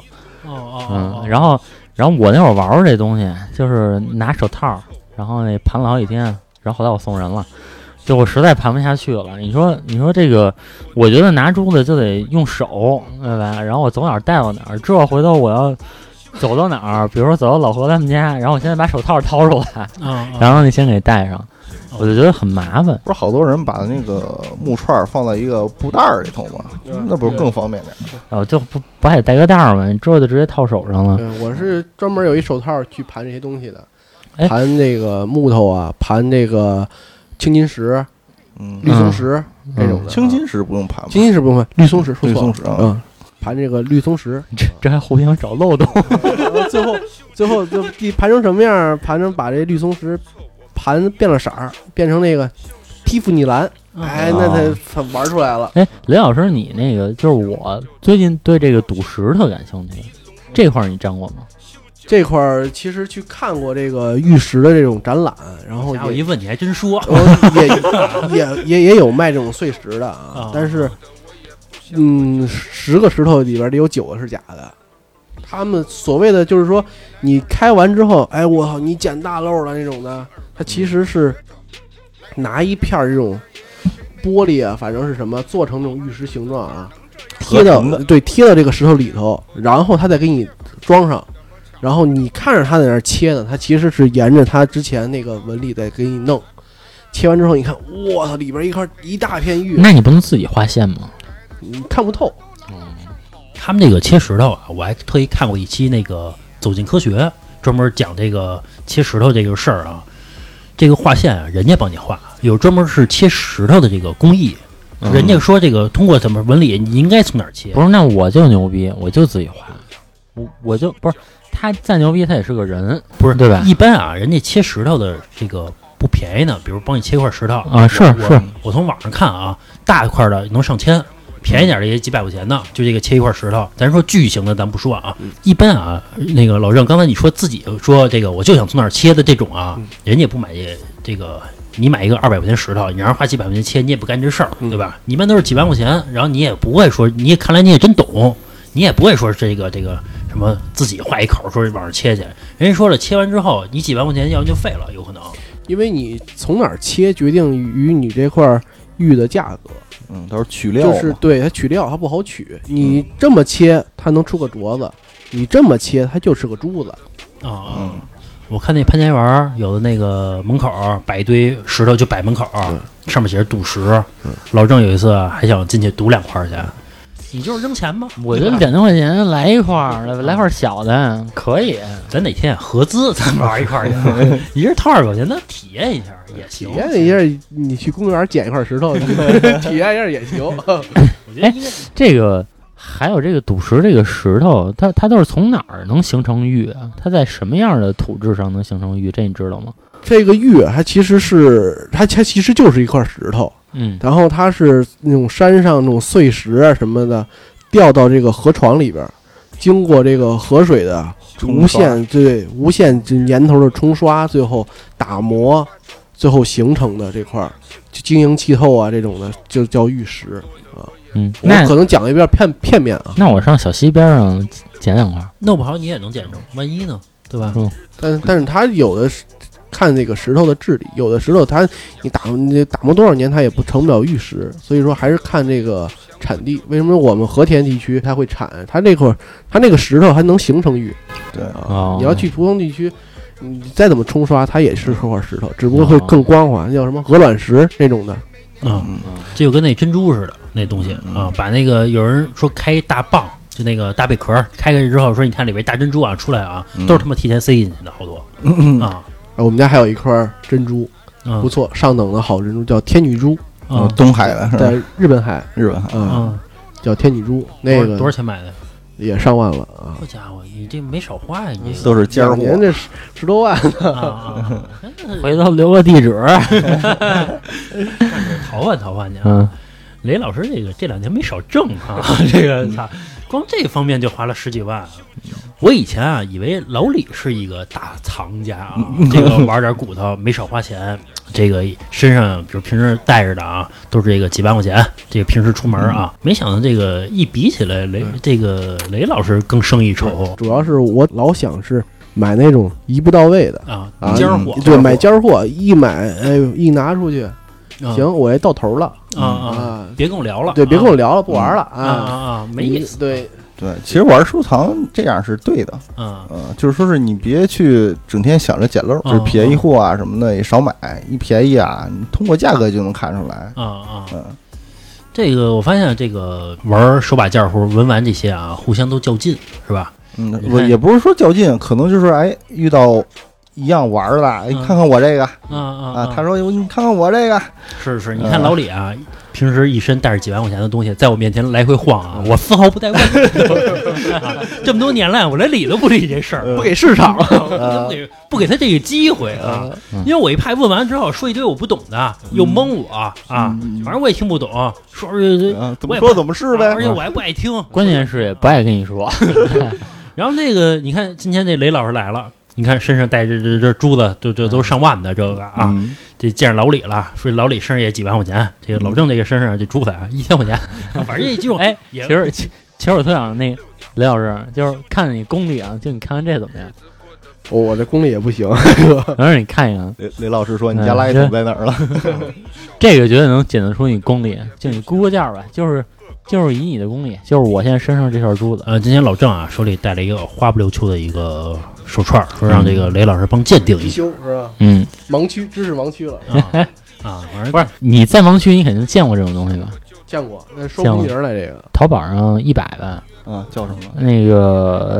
Speaker 5: 哦哦哦
Speaker 8: 嗯，，然后然后我那会儿玩过这东西，就是拿手套，然后那盘了好几天，然后后来我送人了，就我实在盘不下去了。你说你说这个，我觉得拿珠子就得用手，对吧？然后我走哪儿带到哪儿，这回头我要走到哪儿，比如说走到老何他们家，然后我现在把手套掏出来，
Speaker 5: 嗯嗯
Speaker 8: 然后你先给戴上，
Speaker 5: 哦
Speaker 8: 我就觉得很麻烦。
Speaker 6: 不是好多人把那个木串儿放在一个布袋儿里头吗？那不是更方便点儿？
Speaker 8: 然后就不不还得带个袋儿吗？你之后就直接套手
Speaker 6: 啊
Speaker 8: 上了。
Speaker 7: 对，我是专门有一手套去盘这些东西的，
Speaker 8: 哎
Speaker 7: 盘这个木头啊，盘这个青金石、
Speaker 6: 嗯
Speaker 7: 绿，松石这种的啊。
Speaker 6: 青金石不用盘吗？
Speaker 7: 青金石不用盘，绿松石说
Speaker 6: 绿
Speaker 7: 错
Speaker 6: 松
Speaker 7: 了，
Speaker 6: 石啊，
Speaker 7: 嗯，盘这个绿松 石，
Speaker 8: 这这还互相找漏洞。
Speaker 7: 然后最后最后就地盘成什么样儿？盘成把这绿松石盘变了色儿，变成那个蒂芙尼蓝，
Speaker 6: 嗯
Speaker 7: 哎，
Speaker 6: 啊
Speaker 7: 那
Speaker 8: 哦
Speaker 7: 他玩出来了。
Speaker 8: 哎，雷老师，你那个就是我最近对这个赌石特感兴趣，这块儿你沾过吗？
Speaker 7: 这块儿其实去看过这个玉石的这种展览，然后
Speaker 5: 然后
Speaker 7: 也
Speaker 5: 一问你还真说，
Speaker 7: 我呃也 也也也有卖这种碎石的啊
Speaker 5: 啊，
Speaker 7: 但是，嗯，十个石头里边得有九个是假的。他们所谓的就是说，你开完之后，哎，我操，你捡大漏了那种的，它其实是拿一片儿这种玻璃啊，反正是什么做成那种玉石形状啊，贴到
Speaker 6: 合成的
Speaker 7: 对贴到这个石头里头，然后它再给你装上，然后你看着它在那儿切呢，它其实是沿着它之前那个纹理在给你弄。切完之后，你看，我操，里边一块一大片玉，
Speaker 8: 那你不能自己画线吗？
Speaker 7: 你看不透。
Speaker 5: 他们这个切石头啊，我还特意看过一期那个《走进科学》，专门讲这个切石头这个事儿啊。这个画线啊，人家帮你画，有专门是切石头的这个工艺。人家说这个通过怎么纹理，你应该从哪儿切
Speaker 8: 不。是，那我就牛逼，我就自己画，我我就不是他再牛逼，他也是个人，
Speaker 5: 不是
Speaker 8: 对吧？
Speaker 5: 一般啊，人家切石头的这个不便宜呢，比如帮你切块石头
Speaker 8: 啊，是是，
Speaker 5: 我从网上看啊，大一块的能上千，便宜点的也几百块钱呢。就这个切一块石头，咱说巨型的咱不说啊，一般啊，那个老郑，刚才你说自己说这个，我就想从哪儿切的这种啊，人家也不买这这个。你买一个二百块钱石头，你让人花几百块钱切，你也不干这事儿，对吧？你一般都是几万块钱，然后你也不会说，你也看来你也真懂，你也不会说这个这个什么自己画一口说往上切去。人家说了，切完之后你几万块钱要不就废了，有可能。
Speaker 7: 因为你从哪儿切决定于你这块玉的价格，
Speaker 6: 嗯，都是取料
Speaker 7: 就
Speaker 6: 嘛
Speaker 7: 是对它取料它不好取。你这么切，它能出个镯子；你这么切，它就是个珠子。
Speaker 5: 啊啊！
Speaker 6: 嗯
Speaker 5: 我看那潘家园儿有的那个门口儿摆一堆石头，就摆门口儿，上面写着赌石。老郑有一次还想进去赌两块儿去，你就是扔钱吧。
Speaker 8: 我觉得两千块钱来一块儿，来块儿小的可以。
Speaker 5: 咱哪天合资咱玩一块儿去， 一人掏二百块钱，咱体验一下也
Speaker 7: 体
Speaker 5: 行。
Speaker 7: 验一下，你去公园捡一块 石头，你体验一下也行。
Speaker 5: 我觉得应该
Speaker 8: 这个还有这个赌石这个石头，它它都是从哪儿能形成玉啊？它在什么样的土质上能形成玉？这你知道吗？
Speaker 7: 这个玉它其实是它它其实就是一块石头，
Speaker 8: 嗯，
Speaker 7: 然后它是那种山上那种碎石啊什么的，掉到这个河床里边儿，经过这个河水的无
Speaker 6: 冲刷
Speaker 7: 限对无限这年头的冲刷，最后打磨，最后形成的这块儿，就晶莹剔透啊这种的，就叫玉石。
Speaker 8: 嗯，
Speaker 7: 我
Speaker 8: 那
Speaker 7: 可能讲的有点片片面啊，
Speaker 8: 那我上小溪边上捡两块儿。
Speaker 5: 弄不好你也能捡着，万一呢，对吧？
Speaker 7: 但但是它有的是看那个石头的质地，有的石头它你打你打磨多少年它也不成不了玉石，所以说还是看这个产地。为什么我们和田地区它会产？它这块儿它那个石头还能形成玉，
Speaker 6: 对
Speaker 8: 哦
Speaker 7: 啊，你要去蒲松地区。你再怎么冲刷，它也是这块石头，只不过会更光滑，叫什么鹅卵石那种的。
Speaker 5: 啊，
Speaker 7: 嗯
Speaker 5: 这就跟那珍珠似的，那东西啊，把那个有人说开一大蚌，就那个大贝壳，开开之后说，你看里边大珍珠啊，出来啊，
Speaker 7: 嗯
Speaker 5: 都是他妈提前塞进去的，好多啊，
Speaker 7: 啊我们家还有一块珍珠，
Speaker 5: 啊
Speaker 7: 嗯不错，上等的好珍珠，叫天女珠，
Speaker 6: 嗯
Speaker 5: 啊
Speaker 6: 东海的是吧
Speaker 7: 在日本海
Speaker 6: 日本海，
Speaker 7: 啊，
Speaker 5: 啊，
Speaker 7: 叫天女珠，那
Speaker 5: 多少
Speaker 7: 个
Speaker 5: 多少钱买的？
Speaker 7: 也上万了啊。
Speaker 5: 好家伙，你这没少花呀，你这
Speaker 6: 都是尖儿
Speaker 7: 两
Speaker 6: 货，
Speaker 7: 年这十十多万，
Speaker 5: 个啊啊，啊
Speaker 8: 回头留个地址。
Speaker 5: 淘换淘换去啊。
Speaker 8: 嗯，
Speaker 5: 雷老师这个这两年没少挣啊， 这
Speaker 7: 嗯
Speaker 5: 个操，光这方面就花了十几万。我以前啊，以为老李是一个大藏家啊，
Speaker 7: 嗯
Speaker 5: 这个玩点骨头没少花钱，这个身上比如平时带着的啊，都是这个几万块钱，这个平时出门啊，
Speaker 7: 嗯
Speaker 5: 没想到这个一比起来，雷这个雷老师更胜一筹
Speaker 7: 主要是我老想是买那种一步到位的，
Speaker 5: 啊
Speaker 7: 啊，
Speaker 5: 尖儿货
Speaker 7: 对，买尖儿货，一买，哎呦，一拿出去，
Speaker 5: 啊
Speaker 7: 行，我这到头了
Speaker 5: 啊啊，
Speaker 7: 啊，
Speaker 5: 别跟我聊了，
Speaker 7: 对，别跟我
Speaker 5: 聊
Speaker 7: 聊了，不玩了嗯
Speaker 5: 啊啊，啊，没意思
Speaker 7: 思，对，
Speaker 6: 对，其实玩收藏这样是对的，
Speaker 5: 啊
Speaker 6: 嗯、就是说是你别去整天想着捡漏，就
Speaker 8: 嗯
Speaker 6: 是便宜货啊什么的也少买，一便宜啊，你通过价格就能看出来。
Speaker 5: 啊啊。
Speaker 6: 嗯，
Speaker 5: 这个我发现，这个玩手把件儿或者文玩这些啊，互相都较劲，是吧？
Speaker 6: 嗯，
Speaker 5: 你
Speaker 6: 我
Speaker 5: 看
Speaker 6: 也不是说较劲，可能就是哎遇到一样玩儿的，哎
Speaker 5: 嗯
Speaker 6: 看看我这个
Speaker 5: 啊
Speaker 8: 嗯
Speaker 5: 啊
Speaker 6: 啊，他说你看看我这个，
Speaker 5: 是是，你看老李啊，平时一身带着几万块钱的东西，在我面前来回晃 啊，我丝毫不带问。这么多年来，我连理都不理这事儿，
Speaker 7: 不给 市场了，
Speaker 5: 不给不给他这个机会啊，因为我一怕问完之后说一堆我不懂的，又蒙我啊，反正我也听不懂，说说
Speaker 6: 啊，怎
Speaker 5: 我
Speaker 6: 么
Speaker 5: 也
Speaker 6: 说
Speaker 5: 不
Speaker 6: 怎么是呗
Speaker 5: 而。且我还不爱听，
Speaker 8: 关键是也不爱跟你 说。
Speaker 5: 然后那个，你看今天这雷老师来了，你看身上带着这这珠子，这这都上万的这个啊，
Speaker 6: 嗯，
Speaker 5: 这见着老李了，说老李身上也几万块 钱，这个老郑这个身上这珠子啊 一千块钱，反正这就
Speaker 8: 哎，
Speaker 5: 也
Speaker 8: 其实其其实我特想那雷老师，就是看你功力啊，就你看看这怎 么样？
Speaker 7: 我我这功力也 不行，
Speaker 8: 然后你看一看，
Speaker 6: 雷雷老师说
Speaker 8: 哎
Speaker 6: 你家垃圾桶在哪 儿了？
Speaker 8: 这个绝对能检测出你功力。就你估个价吧，就是就是以你的功力，就是我现在身上这串珠子，
Speaker 5: 呃，今天老郑啊手里带了一个花不溜秋的一个手串儿，说让这个雷老师帮鉴定 一下
Speaker 7: 修是吧？
Speaker 8: 嗯，
Speaker 7: 盲区，知识盲区了，
Speaker 5: 啊，反正
Speaker 8: 不是 你在盲区，你肯定见过这种东西吧？
Speaker 7: 见过，那说不定儿来这个，
Speaker 8: 淘宝上一百吧，
Speaker 6: 啊，叫什么？
Speaker 8: 那个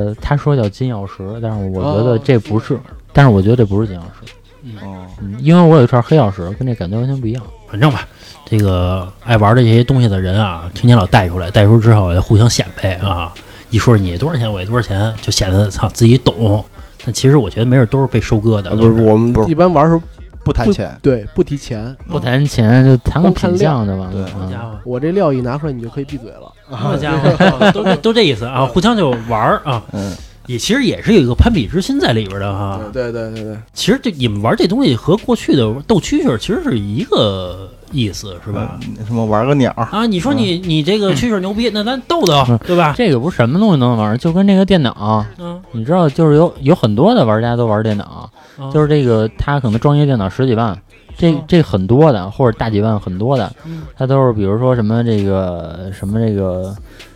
Speaker 8: 呃他说叫金曜石，但是我觉得这不是，但是我觉得这不是金曜石，
Speaker 6: 哦，
Speaker 8: 嗯，因为我有一串黑曜石，跟这感觉完全不一样。
Speaker 5: 反正吧，这个爱玩这些东西的人啊，天天老带出来，带出之后也互相显摆啊，一说你多少钱我也多少钱，就显得操自己懂。但其实我觉得没准都是被收割的，
Speaker 7: 啊不
Speaker 5: 都
Speaker 7: 是我们
Speaker 6: 啊不是
Speaker 7: 一般玩儿的时候
Speaker 6: 不谈
Speaker 7: 不
Speaker 6: 钱，
Speaker 7: 对不提钱，
Speaker 5: 嗯
Speaker 8: 不谈钱，就谈个
Speaker 7: 光看
Speaker 8: 品
Speaker 7: 量
Speaker 8: 相就完了。
Speaker 5: 好
Speaker 8: 嗯
Speaker 5: 家伙，
Speaker 7: 我这料一拿出来你就可以闭嘴了，
Speaker 5: 好家伙， 都都这意思啊，互相就玩儿啊，
Speaker 6: 嗯，
Speaker 5: 也其实也是有一个攀比之心在里边的哈。
Speaker 7: 对对对对，
Speaker 5: 其实这你们玩这东西和过去的斗蛐蛐儿其实是一个意思，是吧？
Speaker 7: 嗯
Speaker 6: 那什么玩个鸟，
Speaker 5: 啊，你说你你这个蛐蛐儿牛逼，那咱斗
Speaker 7: 嗯
Speaker 5: 斗，对吧？
Speaker 8: 这个不是什么东西都能玩，就跟这个电脑，
Speaker 5: 嗯，
Speaker 8: 你知道，就是有有很多的玩家都玩电脑，
Speaker 5: 嗯
Speaker 8: 就是这个他可能装一个电脑十几万，这这很多的，或者大几万很多的，
Speaker 5: 嗯
Speaker 8: 他都是比如说什么这个什么这个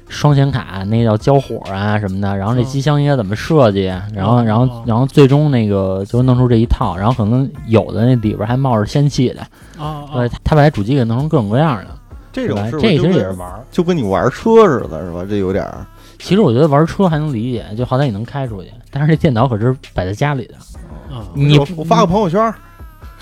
Speaker 8: 双显卡，那叫交火啊什么的，然后
Speaker 5: 嗯
Speaker 8: 这机箱应该怎么设计，然后然后然后最终那个就弄出这一套，然后可能有的那里边还冒着仙气的，
Speaker 5: 啊
Speaker 8: 对，他把这主机给弄成各种各样的。
Speaker 6: 这
Speaker 8: 对
Speaker 6: 种
Speaker 8: 吧
Speaker 6: 是不
Speaker 8: 这
Speaker 6: 是
Speaker 8: 其
Speaker 6: 就
Speaker 8: 实
Speaker 6: 跟
Speaker 8: 也是玩儿。
Speaker 6: 就跟你玩车似的，是吧？这有点儿
Speaker 8: 其实我觉得玩车还能理解，就好歹你能开出去，但是这电脑可是摆在家里的，
Speaker 5: 啊！
Speaker 8: 你
Speaker 6: 我我发个朋友圈儿，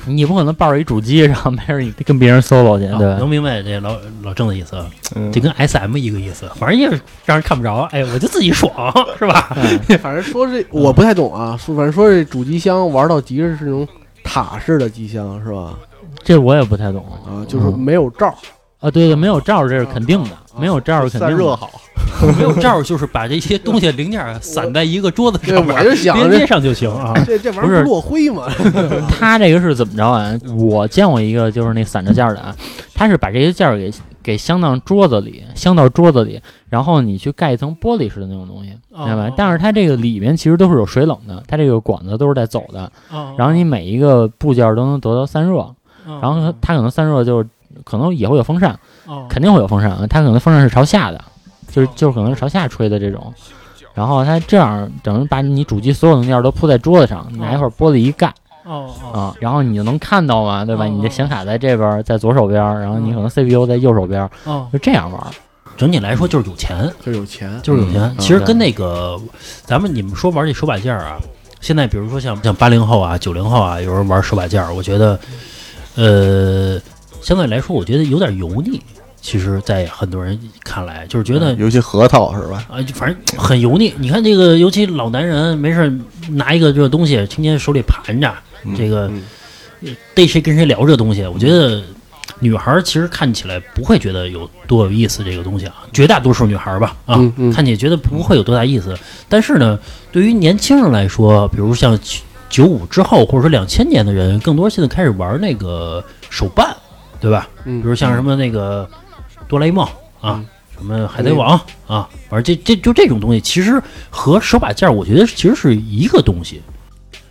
Speaker 8: 你不可能抱着一主机，然后没事儿你跟别人 solo
Speaker 6: 啊
Speaker 8: 去，对吧
Speaker 5: 能？明白这老老郑的意思，啊，
Speaker 6: 嗯
Speaker 5: 这跟 S M 一个意思，反正也是让人看不着，哎，我就自己爽， 是吧？
Speaker 7: 反正说这我不太懂啊，说反正说这主机箱玩到极致是那种塔式的机箱是吧？
Speaker 8: 这我也不太懂
Speaker 7: 啊，就是没有罩儿，
Speaker 8: 啊，对对，没有罩儿这是肯定的，没有罩儿是肯
Speaker 6: 啊散
Speaker 8: 定
Speaker 6: 热
Speaker 8: 的。
Speaker 6: 好，
Speaker 5: 没有罩儿就是把这些东西零件儿散在一个桌子
Speaker 7: 对，
Speaker 5: 上面
Speaker 7: 我
Speaker 5: 儿，
Speaker 7: 就想
Speaker 5: 连接
Speaker 7: 这
Speaker 5: 上就行啊。
Speaker 7: 这这玩意
Speaker 8: 不是
Speaker 7: 儿不落灰吗？
Speaker 8: 它这个是怎么着啊？我见过一个就是那散着件儿的啊，它是把这些件儿给给镶到桌子里，镶到桌子里，然后你去盖一层玻璃似的那种东西，
Speaker 5: 哦
Speaker 8: 明白吧？但是它这个里面其实都是有水冷的，它这个管子都是带走的，然后你每一个部件都能得到散热，
Speaker 5: 然
Speaker 8: 然后它它可能散热就是可能也会有风扇，肯
Speaker 5: 定
Speaker 8: 定会有风扇啊，它可能风扇是朝下的，就是就是可能是朝下吹的这种。然后它这样等于把你主机所有零件都铺在桌子上，拿一块玻璃一盖
Speaker 5: 哦哦
Speaker 8: 啊，然后你就能看到嘛，对吧？
Speaker 5: 嗯
Speaker 8: 你的显卡在这边，在左手边，然后你可能 CPU 在右手边，
Speaker 5: 哦，
Speaker 8: 就这样玩。
Speaker 5: 整体来说就是有钱，
Speaker 7: 就是有钱，
Speaker 5: 就是有钱
Speaker 8: 嗯。
Speaker 5: 其实跟那个咱们你们说玩这手把件儿啊，现在比如说像像八零后啊、九零后啊，有人玩手把件儿，我觉得，呃，相对来说，我觉得有点油腻。其实，在很多人看来，就是觉得
Speaker 6: 尤其核桃是吧？
Speaker 5: 啊，就反正很油腻。你看这个，尤其老男人没事儿拿一个这个东西，天天手里盘着，这个
Speaker 7: 嗯
Speaker 5: 逮谁跟谁聊这东西。我觉得女孩儿其实看起来不会觉得有多有意思这个东西啊，绝大多数女孩儿吧啊，
Speaker 7: 嗯嗯
Speaker 5: 看起来觉得不会有多大意思。但是呢，对于年轻人来说，比如像九五之后或者说两千年的人，更多现在开始玩那个手办，对吧？
Speaker 7: 嗯
Speaker 5: 比如像什么那个哆啦 A 梦啊
Speaker 7: 嗯，
Speaker 5: 什么海贼王啊，反正这这就这种东西，其实和手把件儿我觉得其实是一个东西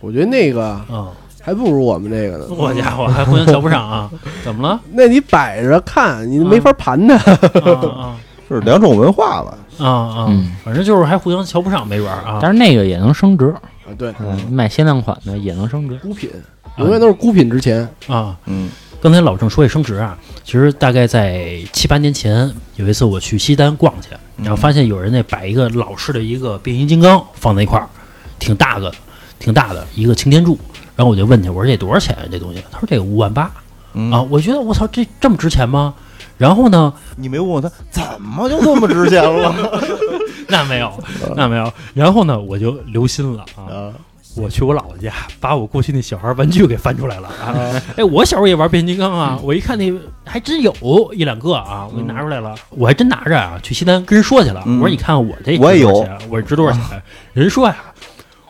Speaker 7: 我觉得那个
Speaker 5: 啊。
Speaker 7: 还不如我们这个呢。
Speaker 5: 我家伙还互相瞧不上 啊？怎么了？
Speaker 7: 那你摆着看，你没法盘它。
Speaker 5: 啊
Speaker 6: 就是两种文化吧。
Speaker 5: 啊啊啊
Speaker 8: 嗯！
Speaker 5: 反正就是还互相瞧不上没准儿啊。
Speaker 8: 但是那个也能升值，嗯
Speaker 7: 啊，对，
Speaker 5: 嗯
Speaker 8: 卖限量款的也能升值。
Speaker 7: 孤品永远都是孤品值钱。
Speaker 5: 啊，
Speaker 6: 嗯，
Speaker 5: 刚才老郑说起升值啊，其实大概在七八年前，有一次我去西单逛去，
Speaker 6: 嗯
Speaker 5: 然后发现有人那摆一个老式的一个变形金刚放在一块儿，挺大个，挺大的一个擎天柱，然后我就问他，我说这多少钱啊这东西？他说这个五万八
Speaker 6: 嗯
Speaker 5: 啊，我觉得我操，这这么值钱吗？然后呢，
Speaker 6: 你没问问他怎么就这么值钱了？
Speaker 5: 那没有，那没有，然后呢，我就留心了啊。
Speaker 6: 啊，
Speaker 5: 我去我姥姥家，把我过去那小孩玩具给翻出来了啊！哎，我小时候也玩变形金刚
Speaker 6: 嗯
Speaker 5: 啊，我一看那还真有一两个啊，我就拿出来了，我还真拿着啊，去西单跟人说去了。
Speaker 6: 嗯
Speaker 5: 我说你看我这
Speaker 6: 我也有啊
Speaker 5: 值多少钱，我这值多少钱？人说呀，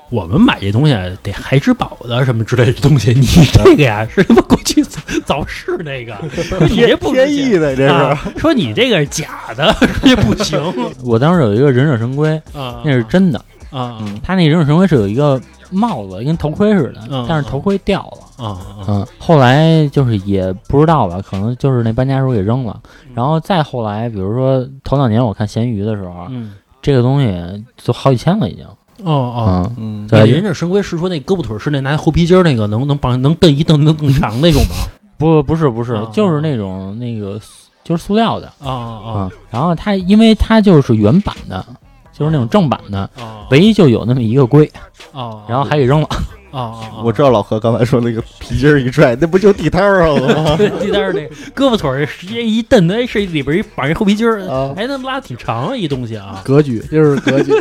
Speaker 5: 我们买这东西得孩之宝的什么之类的东西，你这个 呀是他妈过去早早市那个，说 你这不值
Speaker 6: 天
Speaker 5: 钱
Speaker 6: 意的这
Speaker 5: 啊
Speaker 6: 是。
Speaker 5: 说你这个是假的，这不 行
Speaker 8: 我当时有一个忍者神龟，
Speaker 5: 啊，
Speaker 8: 那是真的，
Speaker 5: 啊
Speaker 8: 它那忍者神龟是有一个帽子跟头盔似的
Speaker 5: 嗯，
Speaker 8: 但是头盔掉了。
Speaker 5: 啊啊
Speaker 8: 嗯，后来就是也不知道吧，可能就是那搬家时候给扔了，
Speaker 5: 嗯
Speaker 8: 然后再后来，比如说头两年我看闲鱼的时候，啊
Speaker 5: 嗯
Speaker 8: 这个东西就好几千了已经。
Speaker 5: 哦哦。
Speaker 8: 嗯，
Speaker 6: 嗯，
Speaker 8: 对，
Speaker 5: 忍者神龟是说那胳膊腿儿是那拿后皮筋儿那个能能绑能蹬一蹬能更长那种吗？
Speaker 8: 不不是不是，
Speaker 5: 啊
Speaker 8: 就是那种那个塑就是塑料的
Speaker 5: 啊啊
Speaker 8: 啊、然后它因为它就是原版的，就是那种正版的，
Speaker 5: 啊
Speaker 8: 唯一就有那么一个龟，
Speaker 5: 啊
Speaker 8: 然后还给扔了。
Speaker 5: 啊啊
Speaker 6: 我知道老何刚才说那个皮筋儿一拽，那不就地摊儿上了吗？
Speaker 5: 地单是那胳膊腿儿直接一蹬，哎，是里边一绑一后皮筋儿
Speaker 7: 啊，
Speaker 5: 哎，那拉挺长一东西啊。
Speaker 7: 格局就是格局，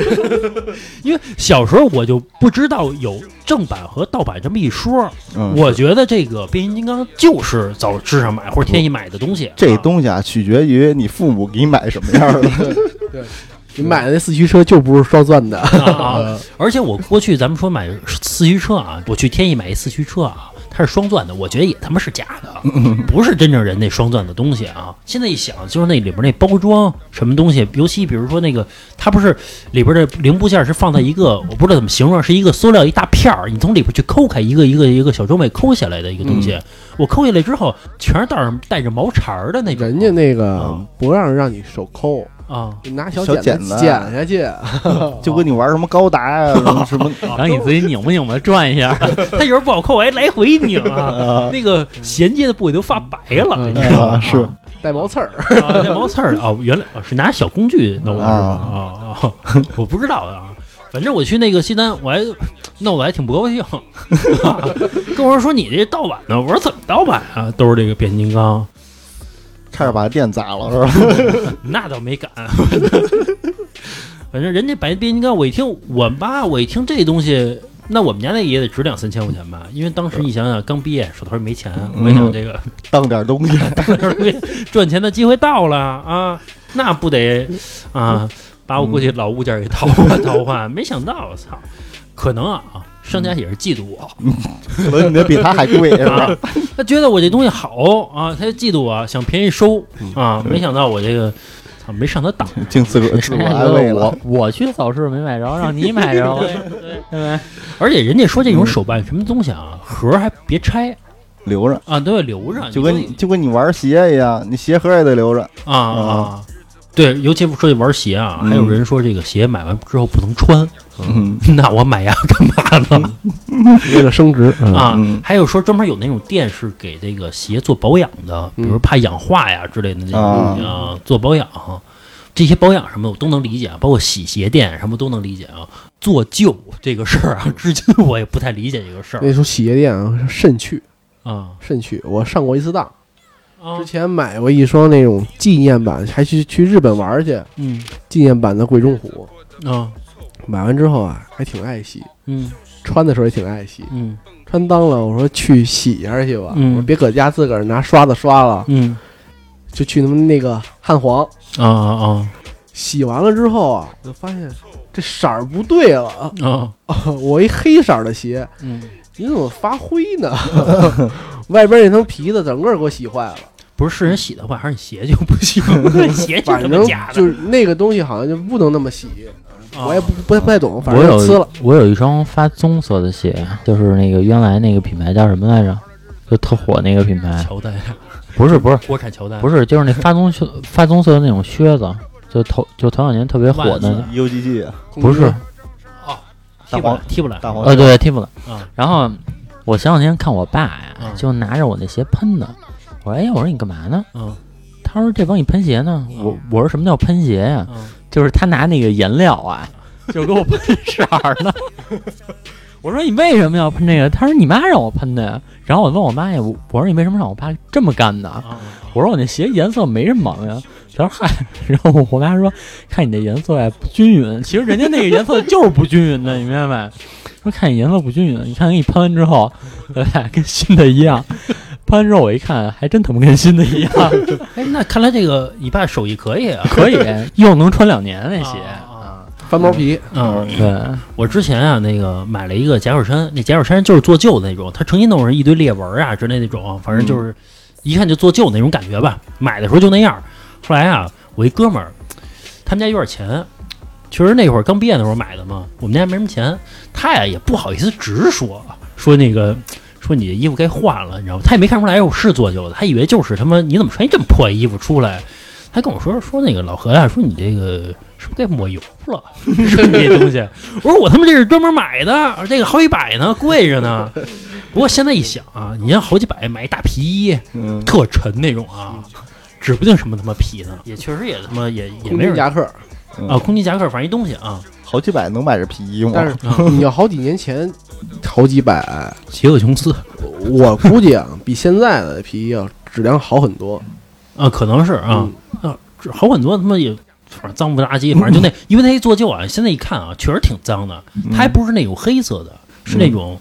Speaker 5: 因为小时候我就不知道有正版和盗版这么一说，
Speaker 6: 嗯，
Speaker 5: 我觉得这个变形金刚就是早市上买或者天一买的东西。
Speaker 6: 这
Speaker 5: 啊
Speaker 6: 东西啊，取决于你父母给你买什么样儿的。
Speaker 7: 你买的那四驱车就不是双钻的。呃
Speaker 5: 啊 啊！而且我过去咱们说买四驱车啊，我去天意买一四驱车啊，它是双钻的，我觉得也他妈是假的，
Speaker 7: 嗯
Speaker 5: 不是真正人那双钻的东西啊。现在一想，就是那里边那包装什么东西，尤其比如说那个，它不是里边的零部件是放在一个我不知道怎么形容，是一个塑料一大片儿，你从里边去抠开一个一个一个小装备抠下来的一个东西。
Speaker 7: 嗯
Speaker 5: 我抠下来之后，全是带着带着毛茬儿的那种。
Speaker 7: 人家那个
Speaker 5: 啊
Speaker 7: 不让让你手抠，
Speaker 5: 啊，
Speaker 7: 就拿小
Speaker 6: 小
Speaker 7: 剪
Speaker 6: 剪
Speaker 7: 子
Speaker 6: 子
Speaker 7: 剪下去。
Speaker 6: 就跟你玩什么高达呀、什么什么，
Speaker 8: 然后你自己拧吧拧吧，转一下，
Speaker 5: 它啊有时候不好抠，我还来回拧 啊，那个衔接的部位都发白了，
Speaker 7: 嗯
Speaker 5: 你知道吗？
Speaker 6: 啊是
Speaker 7: 带毛刺儿，
Speaker 5: 啊，那毛刺儿啊，原来啊是拿小工具弄的是吧？啊啊，我不知道啊。反正我去那个西单，我还弄得还挺不高兴， 跟我说你这盗版的，我说怎么盗版啊？都是这个变形金刚，
Speaker 6: 差点把店砸了，是吧？
Speaker 5: 那倒没敢。 反正人家摆变形金刚，我一听我妈，我一听这东西，那我们家那也得值两三千块钱吧？因为当时你想想，刚毕业手头也没钱，我一想这个
Speaker 6: 当点东西，
Speaker 5: 赚钱的机会到了啊，那不得啊，把我过去老物件给淘换淘换？没想到，操，可能啊，商家也是嫉妒我，
Speaker 6: 可能你的比他还贵是
Speaker 5: 啊
Speaker 6: 吧？
Speaker 5: 他觉得我这东西好啊，他就嫉妒我，想便宜收啊，没想到我这个操没上他当。
Speaker 6: 净自个儿 自我安慰了
Speaker 8: 我。我去早市没买着，让你买 着了，对不对？
Speaker 5: 而且人家说这种手办什么东西啊，盒儿还别拆
Speaker 6: 留着，
Speaker 5: 啊，都要 留着，
Speaker 6: 就跟你就跟你玩鞋一样，你鞋盒也得留着。
Speaker 5: 啊啊。对，尤其说起玩鞋啊，还有人说这个鞋买完之后不能穿，
Speaker 6: 嗯，
Speaker 5: 那我买呀干嘛呢？
Speaker 7: 为了升值啊
Speaker 5: 啊
Speaker 6: 嗯，
Speaker 5: 还有说专门有那种店是给这个鞋做保养的，比如怕氧化呀之类的那种
Speaker 6: 嗯啊
Speaker 5: 东西啊，做保养。这些保养什么的我都能理解啊，包括洗鞋店什么都能理解啊。做旧这个事儿啊，至今我也不太理解这个事
Speaker 7: 那
Speaker 5: 儿
Speaker 7: 时候洗鞋店啊，慎去
Speaker 5: 啊。
Speaker 7: 慎去。我上过一次当，
Speaker 5: 啊
Speaker 7: 之，前买过一双那种纪念版，还去去日本玩去，
Speaker 5: 嗯
Speaker 7: 纪念版的贵中虎。
Speaker 5: 啊，
Speaker 7: 买完之后啊，还挺爱惜，
Speaker 5: 嗯
Speaker 7: 穿的时候也挺爱惜。
Speaker 5: 嗯
Speaker 7: 穿当了，我说去洗一下去吧，
Speaker 5: 嗯
Speaker 7: 我说别搁家自个儿拿刷子刷了，
Speaker 5: 嗯
Speaker 7: 就去他们那个汉皇
Speaker 5: 啊啊
Speaker 7: 洗完了之后啊，我就发现这色儿不对了，
Speaker 5: 啊啊，
Speaker 7: 哦我一黑色儿的鞋，
Speaker 5: 嗯，
Speaker 7: 你怎么发灰呢？ 外边那层皮子整个给我洗坏了，
Speaker 5: 不是是人洗的话，还是你鞋就不 行，鞋就
Speaker 7: 反
Speaker 5: 他
Speaker 7: 正
Speaker 5: 妈假的
Speaker 7: 就是那个东西好像就不能那么洗，
Speaker 5: 啊
Speaker 7: 我也不不太不太懂，反
Speaker 8: 我
Speaker 7: 正就呲
Speaker 8: 有
Speaker 7: 了。
Speaker 8: 我有一双发棕色的鞋，就是那个原来那个品牌叫什么来着？就特火那个品牌，
Speaker 5: 乔丹，
Speaker 8: 不是不是
Speaker 5: 国产乔丹
Speaker 8: 不是，就是那发棕靴发棕色的那种靴子，就头就头两年特别火
Speaker 5: 袜子
Speaker 8: 的，
Speaker 6: UGG 啊
Speaker 8: 不是
Speaker 5: 踢不来踢不来
Speaker 6: 大黄
Speaker 8: 呃，对，Tiff 了
Speaker 5: 啊。
Speaker 8: 然后我前两天看我爸呀
Speaker 5: 啊，
Speaker 8: 就拿着我那鞋喷的。我说：“哎，我说你干嘛呢
Speaker 5: 嗯？”
Speaker 8: 他说：“这帮你喷鞋呢。”我我说：“什么叫喷鞋呀
Speaker 5: 嗯？”
Speaker 8: 就是他拿那个颜料 啊，就给我喷色儿呢。我说：“你为什么要喷这个？”他说：“你妈让我喷的呀。”然后我问我妈呀，我我说：“你为什么让我爸这么干呢？”
Speaker 5: 啊
Speaker 8: 我说我那鞋颜色没什么毛病。他说嗨，然后我妈说看你那颜色呀不均匀，其实人家那个颜色就是不均匀的，你明白没？说看你颜色不均匀，你看给你喷完之后， 咱俩跟新的一 样。喷完之后我一看，还真他妈跟新的一样，
Speaker 5: 哎，那看来这个你爸手艺可以啊。
Speaker 8: 可以，又能穿两年那鞋。
Speaker 5: 啊
Speaker 7: 翻毛皮，
Speaker 5: 嗯，
Speaker 8: 对，
Speaker 5: 我之前啊，那个买了一个假手衫，那假手衫就是做旧的那种，它成天弄上一堆裂纹啊之类那种，反正就是一看就做旧那种感觉吧。买的时候就那样儿，后来啊，我一哥们儿，他们家有点钱，其实那会儿刚毕业那会儿买的嘛，我们家没什么钱，他呀也不好意思直说，说那个说你衣服该换了，你知道吗？他也没看出来我是做旧的，他以为就是他妈你怎么穿一这么破衣服出来。他跟我说说那个老何呀、啊说你这个是不是该抹油了？ 说你这东西，我说我他妈这是专门买的，这个好几百呢，贵着呢。不过现在一想啊，你要好几百买一大皮衣，
Speaker 6: 嗯，
Speaker 5: 特沉那种啊，指不定什么他妈皮呢，也确实也他妈也也
Speaker 7: 空
Speaker 5: 没
Speaker 7: 军
Speaker 5: 人
Speaker 7: 夹克，
Speaker 6: 嗯
Speaker 5: 啊，空气夹克反正一东西啊，
Speaker 6: 好几百能买着皮衣吗？
Speaker 7: 但是
Speaker 8: 啊
Speaker 7: 你要好几年前，好几百，
Speaker 5: 邪恶琼斯
Speaker 7: 我估计啊，比现在的皮衣要质量好很多
Speaker 5: 啊，可能是啊，啊，这好很多他妈也。反正脏不拉几，反正就那，因为它一做旧啊，现在一看啊，确实挺脏的。它还不是那种黑色的，是那种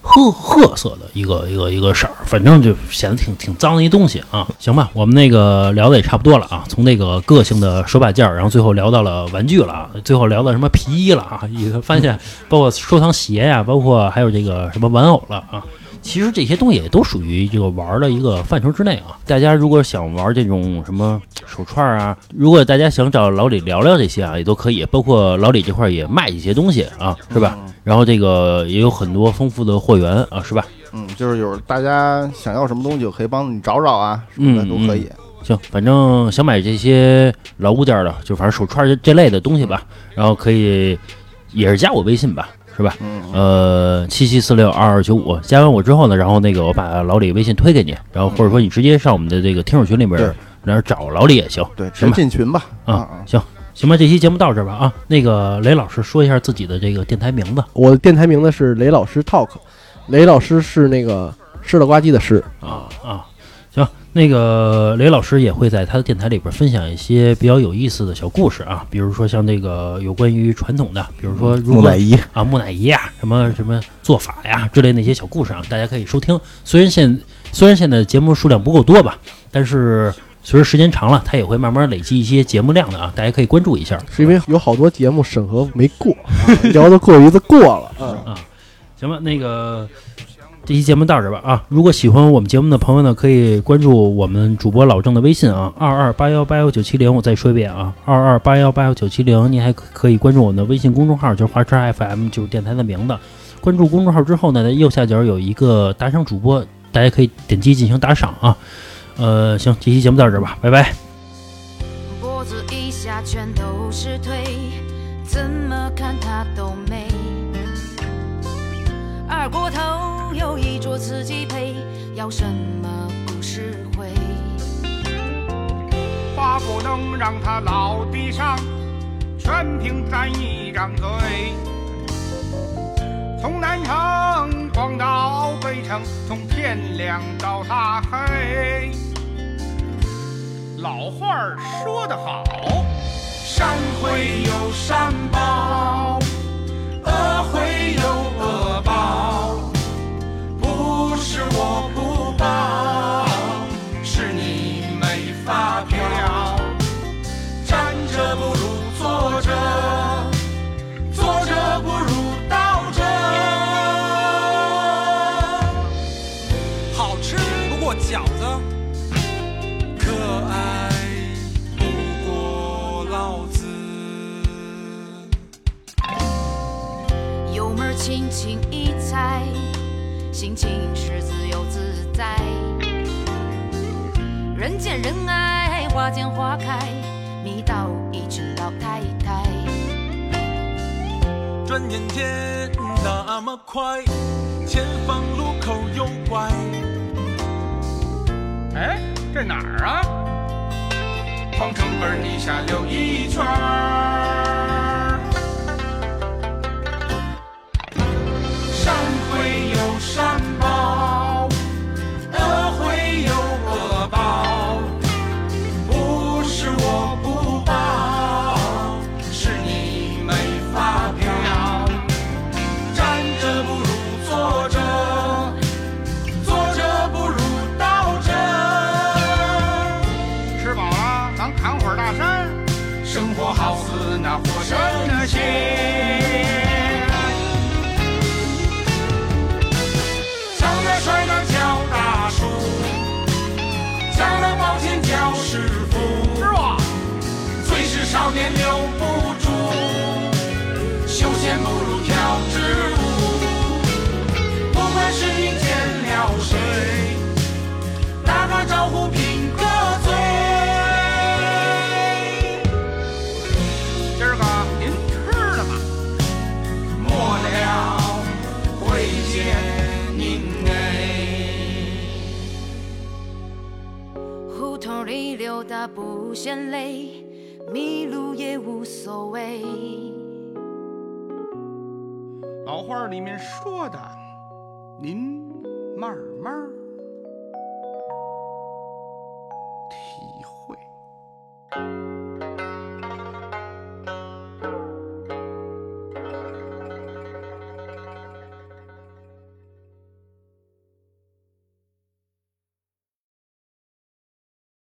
Speaker 5: 褐褐色的一个一个一个色儿，反正就显得挺挺脏的一东西啊。行吧，我们那个聊的也差不多了啊，从那个个性的手把件儿，然后最后聊到了玩具了啊，最后聊到什么皮衣了啊，也发现包括收藏鞋呀、包括还有这个什么玩偶了啊。其实这些东西也都属于这个玩儿的一个范畴之内啊。大家如果想玩这种什么手串儿啊，如果大家想找老李聊聊这些啊，也都可以。包括老李这块儿也卖一些东西啊，是吧？然后这个也有很多丰富的货源啊，是吧？
Speaker 6: 嗯，就是有大家想要什么东西，我可以帮你找找啊，什么
Speaker 5: 嗯
Speaker 6: 的都可以。
Speaker 5: 行，反正想买这些老物件儿的，就反正手串儿这这类的东西吧，
Speaker 6: 嗯
Speaker 5: 然后可以也是加我微信吧，是吧？
Speaker 6: 嗯，
Speaker 5: 呃，七七四六二二九五，加完我之后呢，然后那个我把老李微信推给你，然后或者说你直接上我们的这个听友群里边
Speaker 6: 嗯对
Speaker 5: 儿那儿找老李也行
Speaker 6: 对，
Speaker 5: 行
Speaker 6: 先
Speaker 5: 吧
Speaker 6: 进群吧。
Speaker 5: 啊
Speaker 6: 啊，，
Speaker 5: 行行吧，这期节目到这儿吧啊，那个雷老师说一下自己的这个电台名字
Speaker 7: 我的电台名字是雷老师 Talk，雷老师是那个湿了呱唧的湿，
Speaker 5: 啊啊。行，那个雷老师也会在他的电台里边分享一些比较有意思的小故事啊，比如说像这个有关于传统的，比如说如
Speaker 6: 木
Speaker 5: 何
Speaker 6: 乃伊，
Speaker 5: 啊，木乃伊啊，什么什么做法呀之类那些小故事啊，大家可以收听。虽然现虽然现在节目数量不够多吧，但是随着时间长了，它也会慢慢累积一些节目量的啊，大家可以关注一下。
Speaker 7: 是因为有好多节目审核没过，啊聊的过于的过了，嗯
Speaker 5: 行行吧，那个这期节目到这儿吧啊！如果喜欢我们节目的朋友呢，可以关注我们主播老郑的微信啊，二二八幺八幺九七零。我再说一遍啊，二二八幺八幺九七零。您还可以关注我们的微信公众号，就是华车 FM，就是电台的名字。关注公众号之后呢，在右下角有一个打赏主播，大家可以点击进行打赏啊。呃，行，这期节目到这儿吧，拜拜。
Speaker 4: 脖子以下全都是腿，怎么看它都美。二锅头有一桌子鸡配，要什么故事会？
Speaker 2: 话不能让他老地上，全凭咱一张嘴。从南城逛到北城，从天亮到大黑。老话儿说得好，山会有山宝，鹅会有鹅宝，不是我不报，是你没发票。站着不如坐着，坐着不如倒着。
Speaker 1: 好吃不过饺子，可爱不过老子。
Speaker 4: 油门儿轻轻一踩，心情是自由自在。人见人爱，花见花开，迷倒一群老太太。
Speaker 9: 转眼间那么快，前方路口右拐，
Speaker 2: 哎，这哪儿啊？方城门儿底下溜一圈儿。山会有山宝，鹅会有鹅宝，不是我不报，是你没发票。站着不如坐着，坐着不如倒着。吃饱了，咱砍会儿大山。生活好似那火神的心。长得帅的叫大叔，长得抱歉叫师傅。是吧？最是少年留不住，休闲不如跳支舞。不管是你见了谁，打个招呼拼个嘴。今儿个您吃了吗？末了会见您哎。
Speaker 4: 胡同里溜达不嫌累，迷路也无所谓。
Speaker 2: 老话儿里面说的，您慢慢儿